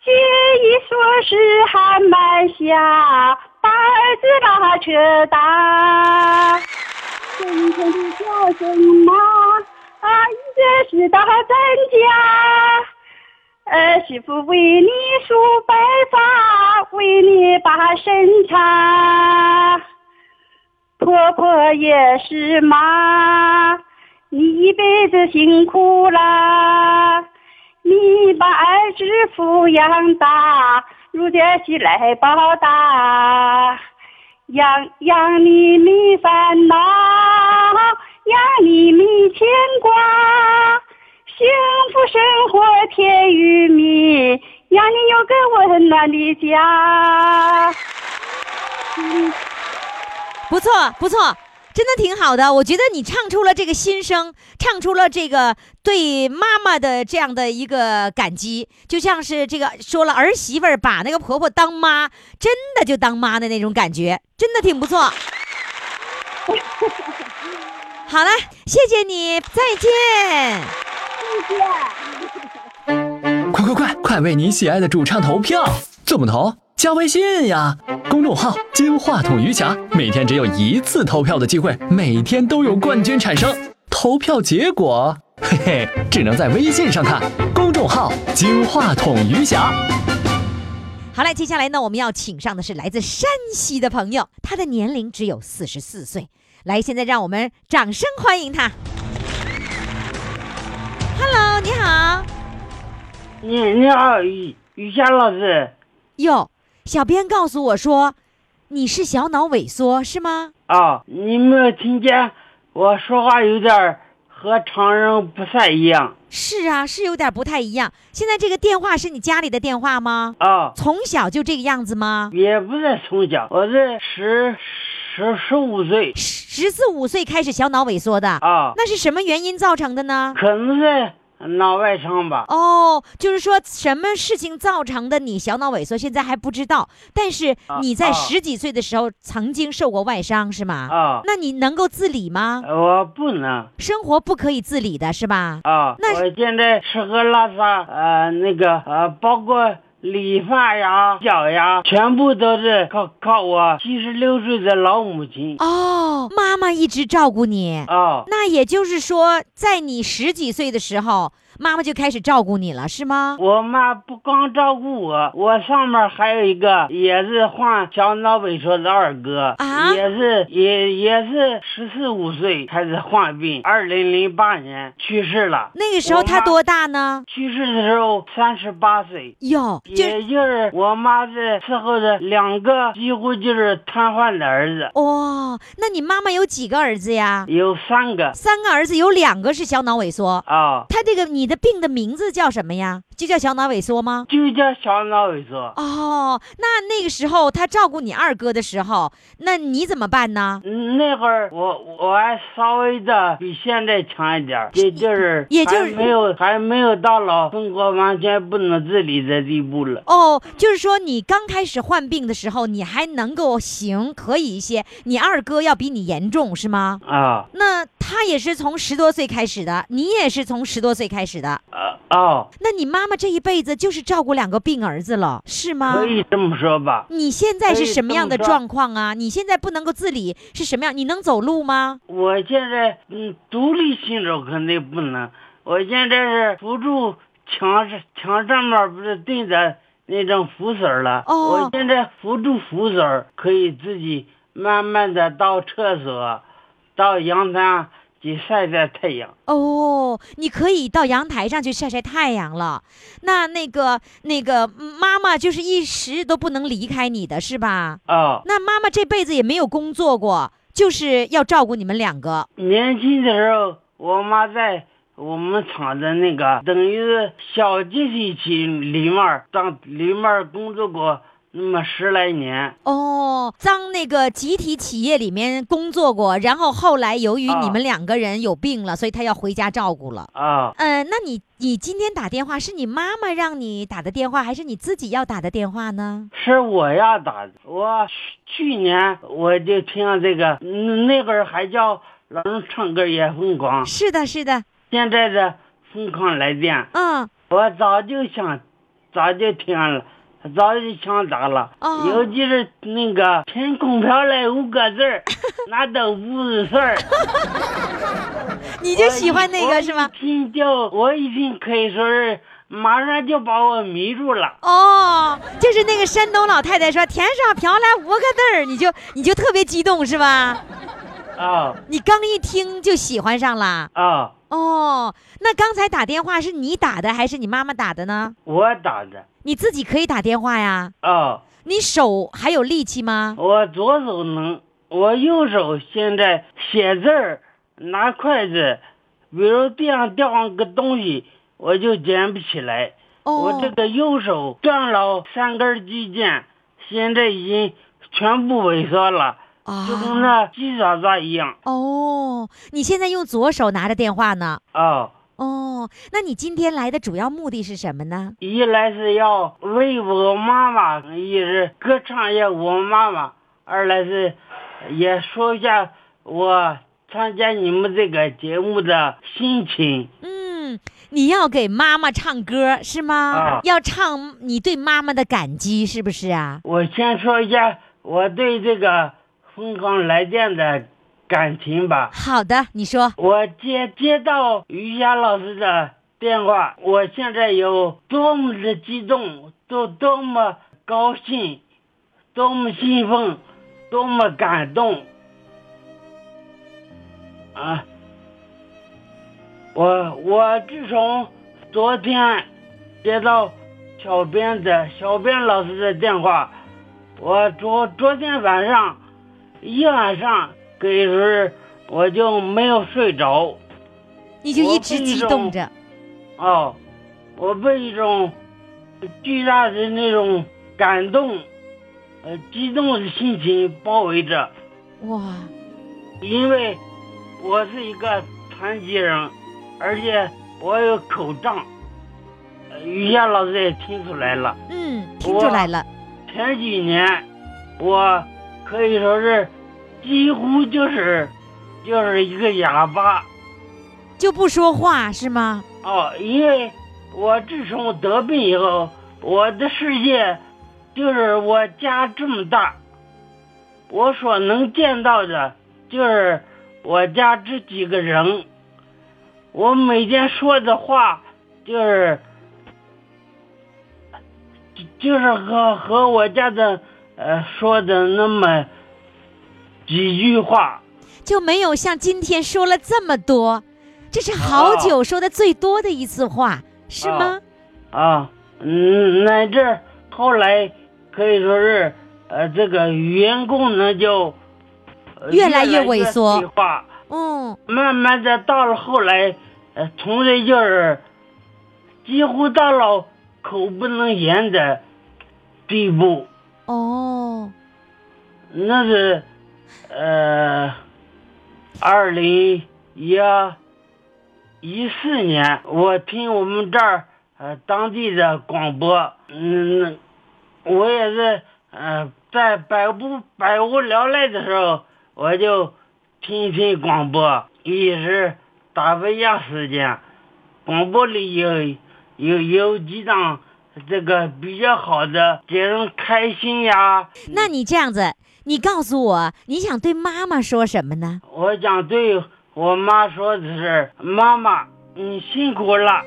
Speaker 9: 节衣缩食寒满下，把儿子拉扯大。真正的叫声妈，啊，这是大咱家。儿哎媳妇为你梳白发，为你把身擦。婆婆也是妈，你一辈子辛苦啦，你把儿子抚养大，如今是来报答，养养你没烦恼，养你没牵挂，幸福生活甜与蜜，养你有个温暖的家。
Speaker 1: 不错，不错，真的挺好的。我觉得你唱出了这个心声，唱出了这个对妈妈的这样的一个感激，就像是这个说了儿媳妇儿把那个婆婆当妈，真的就当妈的那种感觉，真的挺不错。 好了，谢谢你，再见。
Speaker 3: 快快快，快为你喜爱的主唱投票！怎么投？加微信呀，公众号“金话筒余霞”，每天只有一次投票的机会，每天都有冠军产生。投票结果，嘿嘿，只能在微信上看。公众号“金话筒余霞”。
Speaker 1: 好嘞，接下来呢，我们要请上的是来自山西的朋友，他的年龄只有四十四岁。来，现在让我们掌声欢迎他。Hello，你好。
Speaker 10: 你嗯你好，于于霞老师
Speaker 1: 哟，小编告诉我说你是小脑萎缩是吗？
Speaker 10: 啊，你没有听见我说话有点儿和常人不太一样
Speaker 1: 是啊，是有点不太一样。现在这个电话是你家里的电话吗？
Speaker 10: 啊，
Speaker 1: 从小就这个样子吗？
Speaker 10: 也不是从小，我是十十十五岁
Speaker 1: 十四五岁开始小脑萎缩的，
Speaker 10: 啊，
Speaker 1: 那是什么原因造成的呢？
Speaker 10: 可能是脑外伤吧。
Speaker 1: 哦，就是说什么事情造成的你小脑萎缩，现在还不知道，但是
Speaker 10: 啊
Speaker 1: 你在
Speaker 10: 啊
Speaker 1: 十几岁的时候曾经受过外伤，是吗？
Speaker 10: 啊，
Speaker 1: 那你能够自理吗？
Speaker 10: 我不能
Speaker 1: 生活不可以自理的是吧？
Speaker 10: 啊，
Speaker 1: 那
Speaker 10: 我现在吃喝拉撒，呃，那个呃，包括理发呀、脚呀，全部都是靠靠我七十六岁的老母亲
Speaker 1: 哦，妈妈一直照顾你，
Speaker 10: 啊。
Speaker 1: 那也就是说，在你十几岁的时候，妈妈就开始照顾你了，是吗？
Speaker 10: 我妈不光照顾我，我上面还有一个也是患小脑萎缩的二哥，
Speaker 1: 啊
Speaker 10: 也是也也是十四五岁开始患病，二零零八年去世了。
Speaker 1: 那个时候
Speaker 10: 我妈
Speaker 1: 他多大呢？
Speaker 10: 去世的时候三十八岁，
Speaker 1: 哟，就
Speaker 10: 也就是我妈这伺候的两个几乎就是瘫痪的儿子，
Speaker 1: 哦，那你妈妈有几个儿子呀？
Speaker 10: 有三个
Speaker 1: 三个儿子，有两个是小脑萎缩。
Speaker 10: 啊，
Speaker 1: 他这个你的病的名字叫什么呀？就叫小脑萎缩吗？
Speaker 10: 就叫小脑萎缩。
Speaker 1: 哦，那那个时候他照顾你二哥的时候，那你怎么办呢？
Speaker 10: 嗯那会儿我我还稍微的比现在强一点儿，也就是
Speaker 1: 也就是
Speaker 10: 还没有还没有到老生活完全不能自理的地步了。
Speaker 1: 哦，就是说你刚开始患病的时候，你还能够行，可以一些。你二哥要比你严重是吗？
Speaker 10: 啊
Speaker 1: 那他也是从十多岁开始的，你也是从十多岁开始的。
Speaker 10: 啊哦，
Speaker 1: 那你妈妈这一辈子就是照顾两个病儿子了，是吗？
Speaker 10: 可以这么说吧。
Speaker 1: 你现在
Speaker 10: 可
Speaker 1: 是
Speaker 10: 以
Speaker 1: 什么
Speaker 10: 这
Speaker 1: 样
Speaker 10: 么
Speaker 1: 的
Speaker 10: 说
Speaker 1: 状况啊？你现在不能够自理是什么样？你能走路吗？
Speaker 10: 我现在嗯，独立行走肯定不能。我现在是扶住墙上墙上面不是钉着那种扶手了，
Speaker 1: 哦
Speaker 10: 我现在扶住扶手可以自己慢慢的到厕所，到阳台去晒晒太阳。
Speaker 1: 哦，你可以到阳台上去晒晒太阳了。那那个那个妈妈就是一时都不能离开你的是吧？
Speaker 10: 啊，
Speaker 1: 那妈妈这辈子也没有工作过，就是要照顾你们两个。
Speaker 10: 年轻的时候，我妈在我们厂的那个等于是小机器区里面儿当里面儿工作过那么十来年。
Speaker 1: 哦，当那个集体企业里面工作过，然后后来由于你
Speaker 10: 啊
Speaker 1: 们两个人有病了，所以她要回家照顾了。
Speaker 10: 啊，
Speaker 1: 呃，那你你今天打电话是你妈妈让你打的电话，还是你自己要打的电话呢？
Speaker 10: 是我呀打的。我去去年我就听到这个，嗯那会儿还叫老人唱歌也疯狂，
Speaker 1: 是的，是的，
Speaker 10: 现在的疯狂来电，
Speaker 1: 嗯，
Speaker 10: 我早就想，早就听了。早就想打了，
Speaker 1: 哦
Speaker 10: 尤其是那个“凭空飘来五个字 儿，那都不是事儿。
Speaker 1: 你 就喜欢那
Speaker 10: 我
Speaker 1: 个
Speaker 10: 一
Speaker 1: 是吗？？
Speaker 10: 我一听就我一听可以说是马上就把我迷住了。
Speaker 1: 哦，就是那个山东老太太说“田上飘来五个字儿”，你就你就特别激动是吧？
Speaker 10: 啊
Speaker 1: 你刚一听就喜欢上了。
Speaker 10: 啊，
Speaker 1: 哦，那刚才打电话是你打的还是你妈妈打的呢？
Speaker 10: 我打的
Speaker 1: 你自己可以打电话呀，
Speaker 10: 啊。
Speaker 1: 你手还有力气吗？
Speaker 10: 我左手能，我右手现在写字儿、拿筷子，比如地上掉上个东西，我就捡不起来。
Speaker 1: 哦
Speaker 10: 我，这个右手断了三根肌腱，现在已经全部萎缩了，
Speaker 1: 啊
Speaker 10: 就跟那鸡爪子一样。
Speaker 1: 哦，你现在用左手拿着电话呢。
Speaker 10: 啊，
Speaker 1: 哦，那你今天来的主要目的是什么呢？
Speaker 10: 一来是要为我妈妈，也是歌唱一下我妈妈；二来是也说一下我参加你们这个节目的心情。
Speaker 1: 嗯，你要给妈妈唱歌是吗？
Speaker 10: 啊
Speaker 1: 要唱你对妈妈的感激是不是啊？
Speaker 10: 我先说一下我对这个疯狂来电的感情吧。
Speaker 1: 好的，你说
Speaker 10: 我接接到于霞老师的电话，我现在有多么的激动，多多么高兴，多么兴奋，多么感动啊！我我自从昨天接到小编的小编老师的电话，我昨昨天晚上一晚上可以说是我就没有睡着。
Speaker 1: 你就
Speaker 10: 我
Speaker 1: 一直
Speaker 10: 是一
Speaker 1: 激
Speaker 10: 种
Speaker 1: 动着。
Speaker 10: 哦，我被一种巨大的那种感动、呃激动的心情包围着，
Speaker 1: 哇，
Speaker 10: 因为我是一个残疾人，而且我有口障，呃于霞老师也听出来了。
Speaker 1: 嗯，听出来了，
Speaker 10: 前几年，我可以说是几乎就是就是一个哑巴
Speaker 1: 就不说话是吗？
Speaker 10: 哦，因为我自从得病以后，我的世界就是我家这么大，我所能见到的就是我家这几个人，我每天说的话就是。就就是和和我家的呃说的那么几句话，
Speaker 1: 就没有像今天说了这么多，这是好
Speaker 10: 哦
Speaker 1: 久说的最多的一次话，是
Speaker 10: 哦
Speaker 1: 吗？
Speaker 10: 啊，嗯，乃至后来可以说是，呃，这个语言功能就、呃
Speaker 1: 越来
Speaker 10: 越
Speaker 1: 越萎缩
Speaker 10: 退化，
Speaker 1: 嗯，
Speaker 10: 慢慢的到了后来，呃，从这就是几乎到了口不能言的地步，
Speaker 1: 哦，
Speaker 10: 那是，呃，二零一一四年，我听我们这儿呃当地的广播，嗯，我也是，呃，在百无百无聊赖的时候，我就听一听广播，也是打发一下时间。广播里有有有几档这个比较好的，给人开心呀。
Speaker 1: 那你这样子，你告诉我，你想对妈妈说什么呢？
Speaker 10: 我想对我妈说的是：“妈妈，你辛苦了。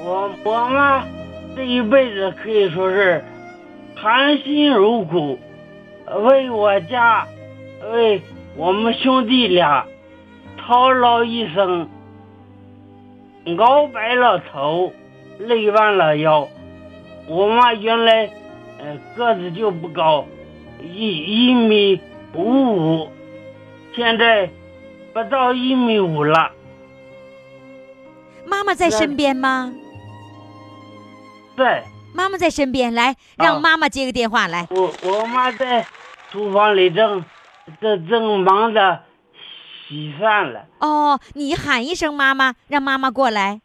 Speaker 10: 我”我妈这一辈子可以说是含辛茹苦，为我家，为我们兄弟俩操劳一生，熬白了头，累弯了腰。我妈原来，呃，个子就不高，一一米五五，现在不到一米五了。
Speaker 1: 妈妈在
Speaker 10: 那
Speaker 1: 身边吗？
Speaker 10: 对
Speaker 1: 妈妈在身边，来，让
Speaker 10: 啊
Speaker 1: 妈妈接个电话来。
Speaker 10: 我我妈在厨房里正正正忙着洗饭了。
Speaker 1: 哦，你喊一声妈妈，让妈妈过来。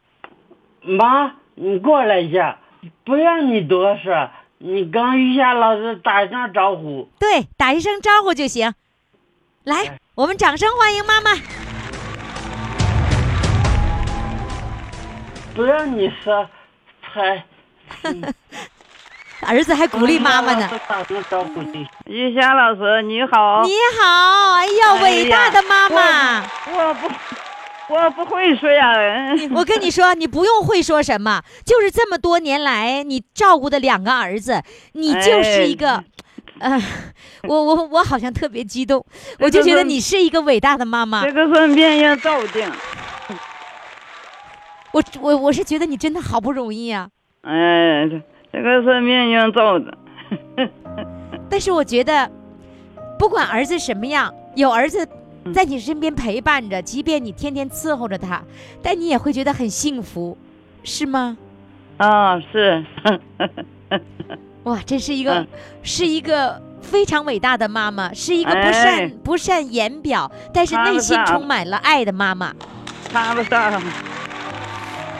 Speaker 10: 妈，你过来一下，不让你多事，你跟于霞老师打声招呼。
Speaker 1: 对，打一声招呼就行。来，我们掌声欢迎妈妈。
Speaker 10: 不让你说，才
Speaker 1: 儿子还鼓励妈妈呢。
Speaker 10: 跟于霞老师打声招呼去。
Speaker 4: 玉霞老师你好，
Speaker 1: 你好，哎呀，
Speaker 4: 哎
Speaker 1: 伟大
Speaker 4: 呀
Speaker 1: 的妈妈，
Speaker 4: 我不我不会说呀、嗯
Speaker 1: 我跟你说，你不用会说什么，就是这么多年来你照顾的两个儿子，你就是一个，呃，我我我好像特别激动，我就觉得你是一个伟大的妈妈
Speaker 4: 这，个是面要照镜。
Speaker 1: 我我我是觉得你真的好不容易啊，
Speaker 4: 哎，这这个是命运造的。
Speaker 1: 但是我觉得，不管儿子什么样，有儿子。在你身边陪伴着，即便你天天伺候着他，但你也会觉得很幸福，是吗？
Speaker 4: 啊，是，
Speaker 1: 哇，真是一个，
Speaker 4: 嗯
Speaker 1: 是一个非常伟大的妈妈，是一个不善、
Speaker 4: 哎
Speaker 1: 不善言表，但是
Speaker 4: 她啊
Speaker 1: 内
Speaker 4: 不
Speaker 1: 心
Speaker 4: 善
Speaker 1: 充满了爱的妈妈。
Speaker 4: 他不上，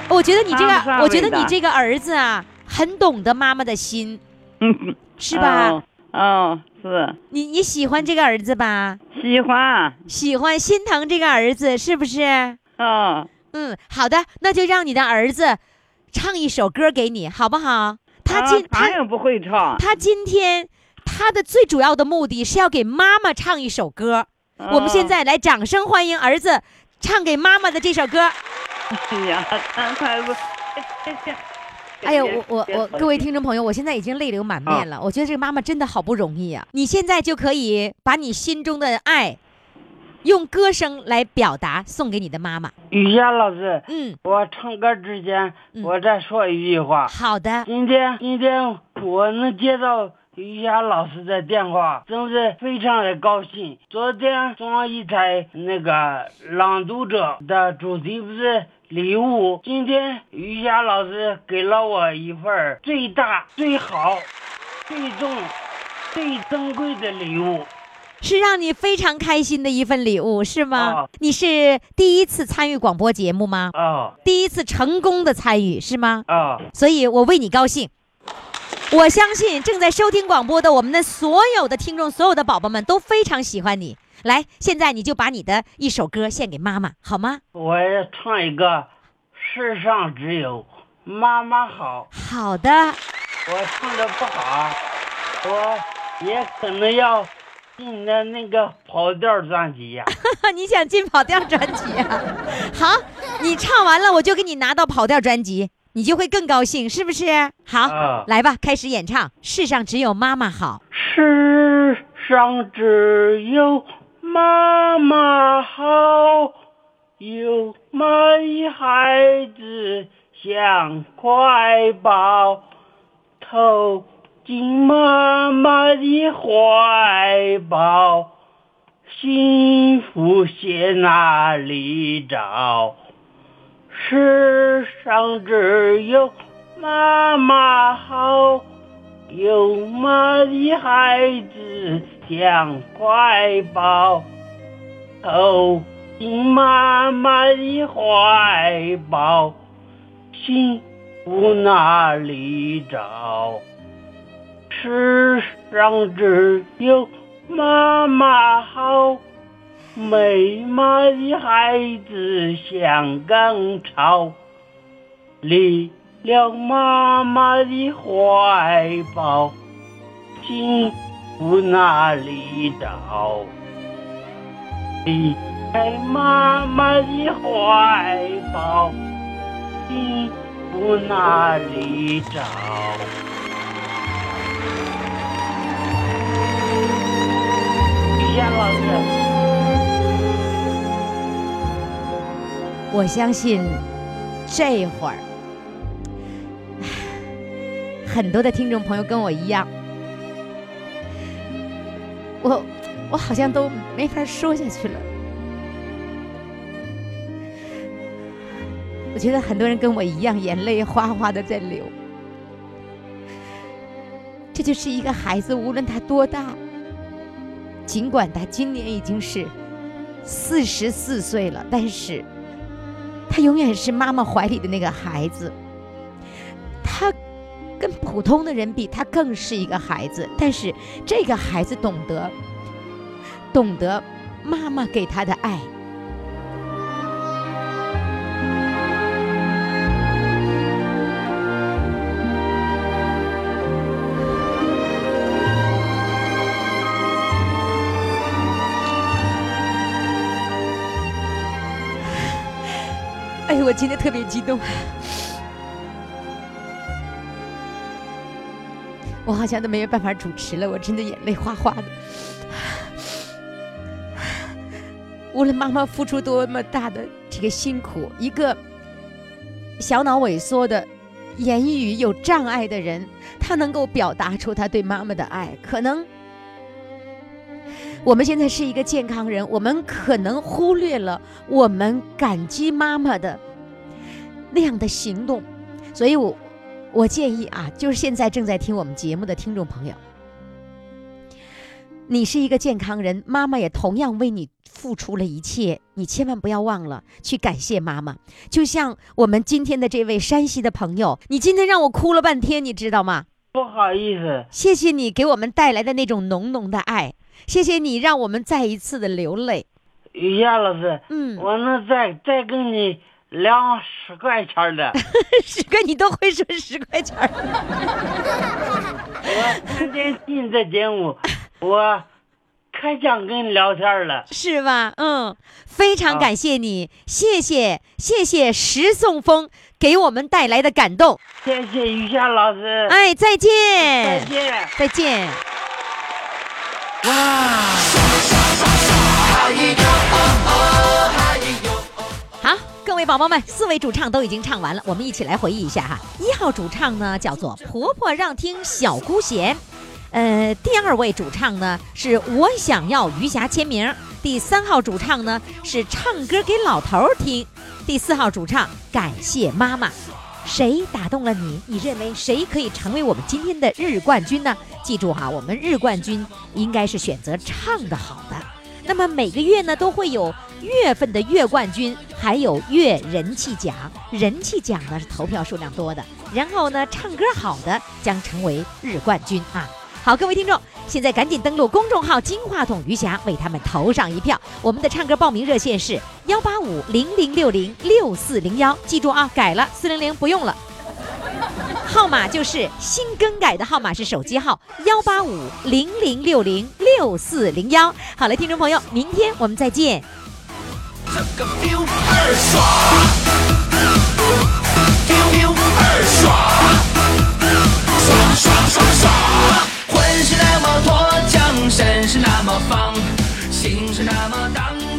Speaker 1: 我觉得你这
Speaker 4: 她不
Speaker 1: 个，
Speaker 4: 善
Speaker 1: 我觉得
Speaker 4: 伟大
Speaker 1: 你这个儿子啊，很懂得妈妈的 心，
Speaker 4: 嗯
Speaker 1: 是吧？
Speaker 4: 哦哦，是
Speaker 1: 你你喜欢这个儿子吧？
Speaker 4: 喜欢，
Speaker 1: 喜欢心疼这个儿子是不是？
Speaker 4: 哦，
Speaker 1: 嗯，好的，那就让你的儿子唱一首歌给你，好不好？他今、
Speaker 4: 啊
Speaker 1: 他
Speaker 4: 他也不会唱。
Speaker 1: 他今天他的最主要的目的是要给妈妈唱一首歌。我们现在来掌声欢迎儿子唱给妈妈的这首歌。
Speaker 4: 哦，哎呀，他他不，这这
Speaker 1: 哎呀，我我
Speaker 4: 别
Speaker 1: 我，
Speaker 4: 别
Speaker 1: 各位听众朋友，我现在已经泪流满面了。我觉得这个妈妈真的好不容易啊！你现在就可以把你心中的爱，用歌声来表达，送给你的妈妈。
Speaker 10: 于霞老师，
Speaker 1: 嗯，
Speaker 10: 我唱歌之前，
Speaker 1: 嗯
Speaker 10: 我再说一句话。
Speaker 1: 好的，
Speaker 10: 今天今天我能接到于霞老师的电话，真是非常的高兴。昨天中央一台那个朗读者的主题不是礼物，今天于霞老师给了我一份儿最大、最好、最重、最珍贵的礼物。
Speaker 1: 是让你非常开心的一份礼物，是吗
Speaker 10: 啊？
Speaker 1: 你是第一次参与广播节目吗？
Speaker 10: 啊
Speaker 1: 第一次成功的参与是吗？
Speaker 10: 啊！
Speaker 1: 所以我为你高兴。我相信正在收听广播的我们的所有的听众，所有的宝宝们都非常喜欢你。来，现在你就把你的一首歌献给妈妈，好吗？
Speaker 10: 我要唱一个《世上只有妈妈好
Speaker 1: 好的，》，
Speaker 10: 我唱的不好，我也可能要进的那个跑调专辑呀、
Speaker 1: 你想进跑调专辑 啊？好，你唱完了，我就给你拿到跑调专辑，你就会更高兴，是不是？好，
Speaker 10: 啊
Speaker 1: 来吧，开始演唱。世上只有妈妈好。
Speaker 10: 世上只有妈妈好，有妈与孩子像块宝，投进妈妈的怀抱，幸福在哪里找？世上只有妈妈好。有妈的孩子像块宝，投进妈妈的怀抱，幸福哪里找？世上只有妈妈好，没妈的孩子像根草。离了妈妈的怀抱，幸福哪里找？离开妈妈的怀抱，幸福哪里找？雨燕老师。
Speaker 1: 我相信这会儿，唉很多的听众朋友跟我一样，我我好像都没法说下去了。我觉得很多人跟我一样，眼泪哗哗的在流。这就是一个孩子，无论他多大，尽管他今年已经是四十四岁了，但是他永远是妈妈怀里的那个孩子。他跟普通的人比，他更是一个孩子，但是这个孩子懂得，懂得妈妈给他的爱。哎呦，我今天特别激动，我好像都没有办法主持了，我真的眼泪哗哗的。无论妈妈付出多么大的这个辛苦，一个小脑萎缩的、言语有障碍的人，他能够表达出他对妈妈的爱，可能。我们现在是一个健康人，我们可能忽略了我们感激妈妈的那样的行动，所以我我建议啊，就是现在正在听我们节目的听众朋友，你是一个健康人，妈妈也同样为你付出了一切，你千万不要忘了去感谢妈妈。就像我们今天的这位山西的朋友，你今天让我哭了半天，你知道吗？
Speaker 10: 不好意思，
Speaker 1: 谢谢你给我们带来的那种浓浓的爱，谢谢你让我们再一次的流泪。
Speaker 10: 雨燕老师，
Speaker 1: 嗯，
Speaker 10: 我能再再跟你聊十块钱的。
Speaker 1: 十个你都会说十块钱儿了
Speaker 10: 我天天听你的节目，我可想跟你聊天了。
Speaker 1: 是吧？嗯，非
Speaker 10: 啊
Speaker 1: 常感谢你，谢谢谢谢石宋风给我们带来的感动。
Speaker 10: 谢谢于霞老师，
Speaker 1: 哎，再见，
Speaker 10: 嗯再见。
Speaker 1: 再见。哇！好，各位宝宝们，四位主唱都已经唱完了，我们一起来回忆一下哈。一号主唱呢叫做婆婆让听小姑贤，呃，第二位主唱呢是我想要余霞签名，第三号主唱呢是唱歌给老头儿听，第四号主唱感谢妈妈。谁打动了你？你认为谁可以成为我们今天的日冠军呢？记住哈，我们日冠军应该是选择唱得好的。那么每个月呢都会有月份的月冠军，还有月人气奖。人气奖呢是投票数量多的，然后呢唱歌好的将成为日冠军啊。好，各位听众，现在赶紧登录公众号“金话筒余霞”，为他们投上一票。我们的唱歌报名热线是幺八五零零六零六四零幺，记住啊，改了四零零不用了。号码就是新更改的号码是手机号幺八五零零六零六四零幺。好了，听众朋友，明天我们再见。
Speaker 6: 魂是那么脱缰，身是那么放，心是那么荡。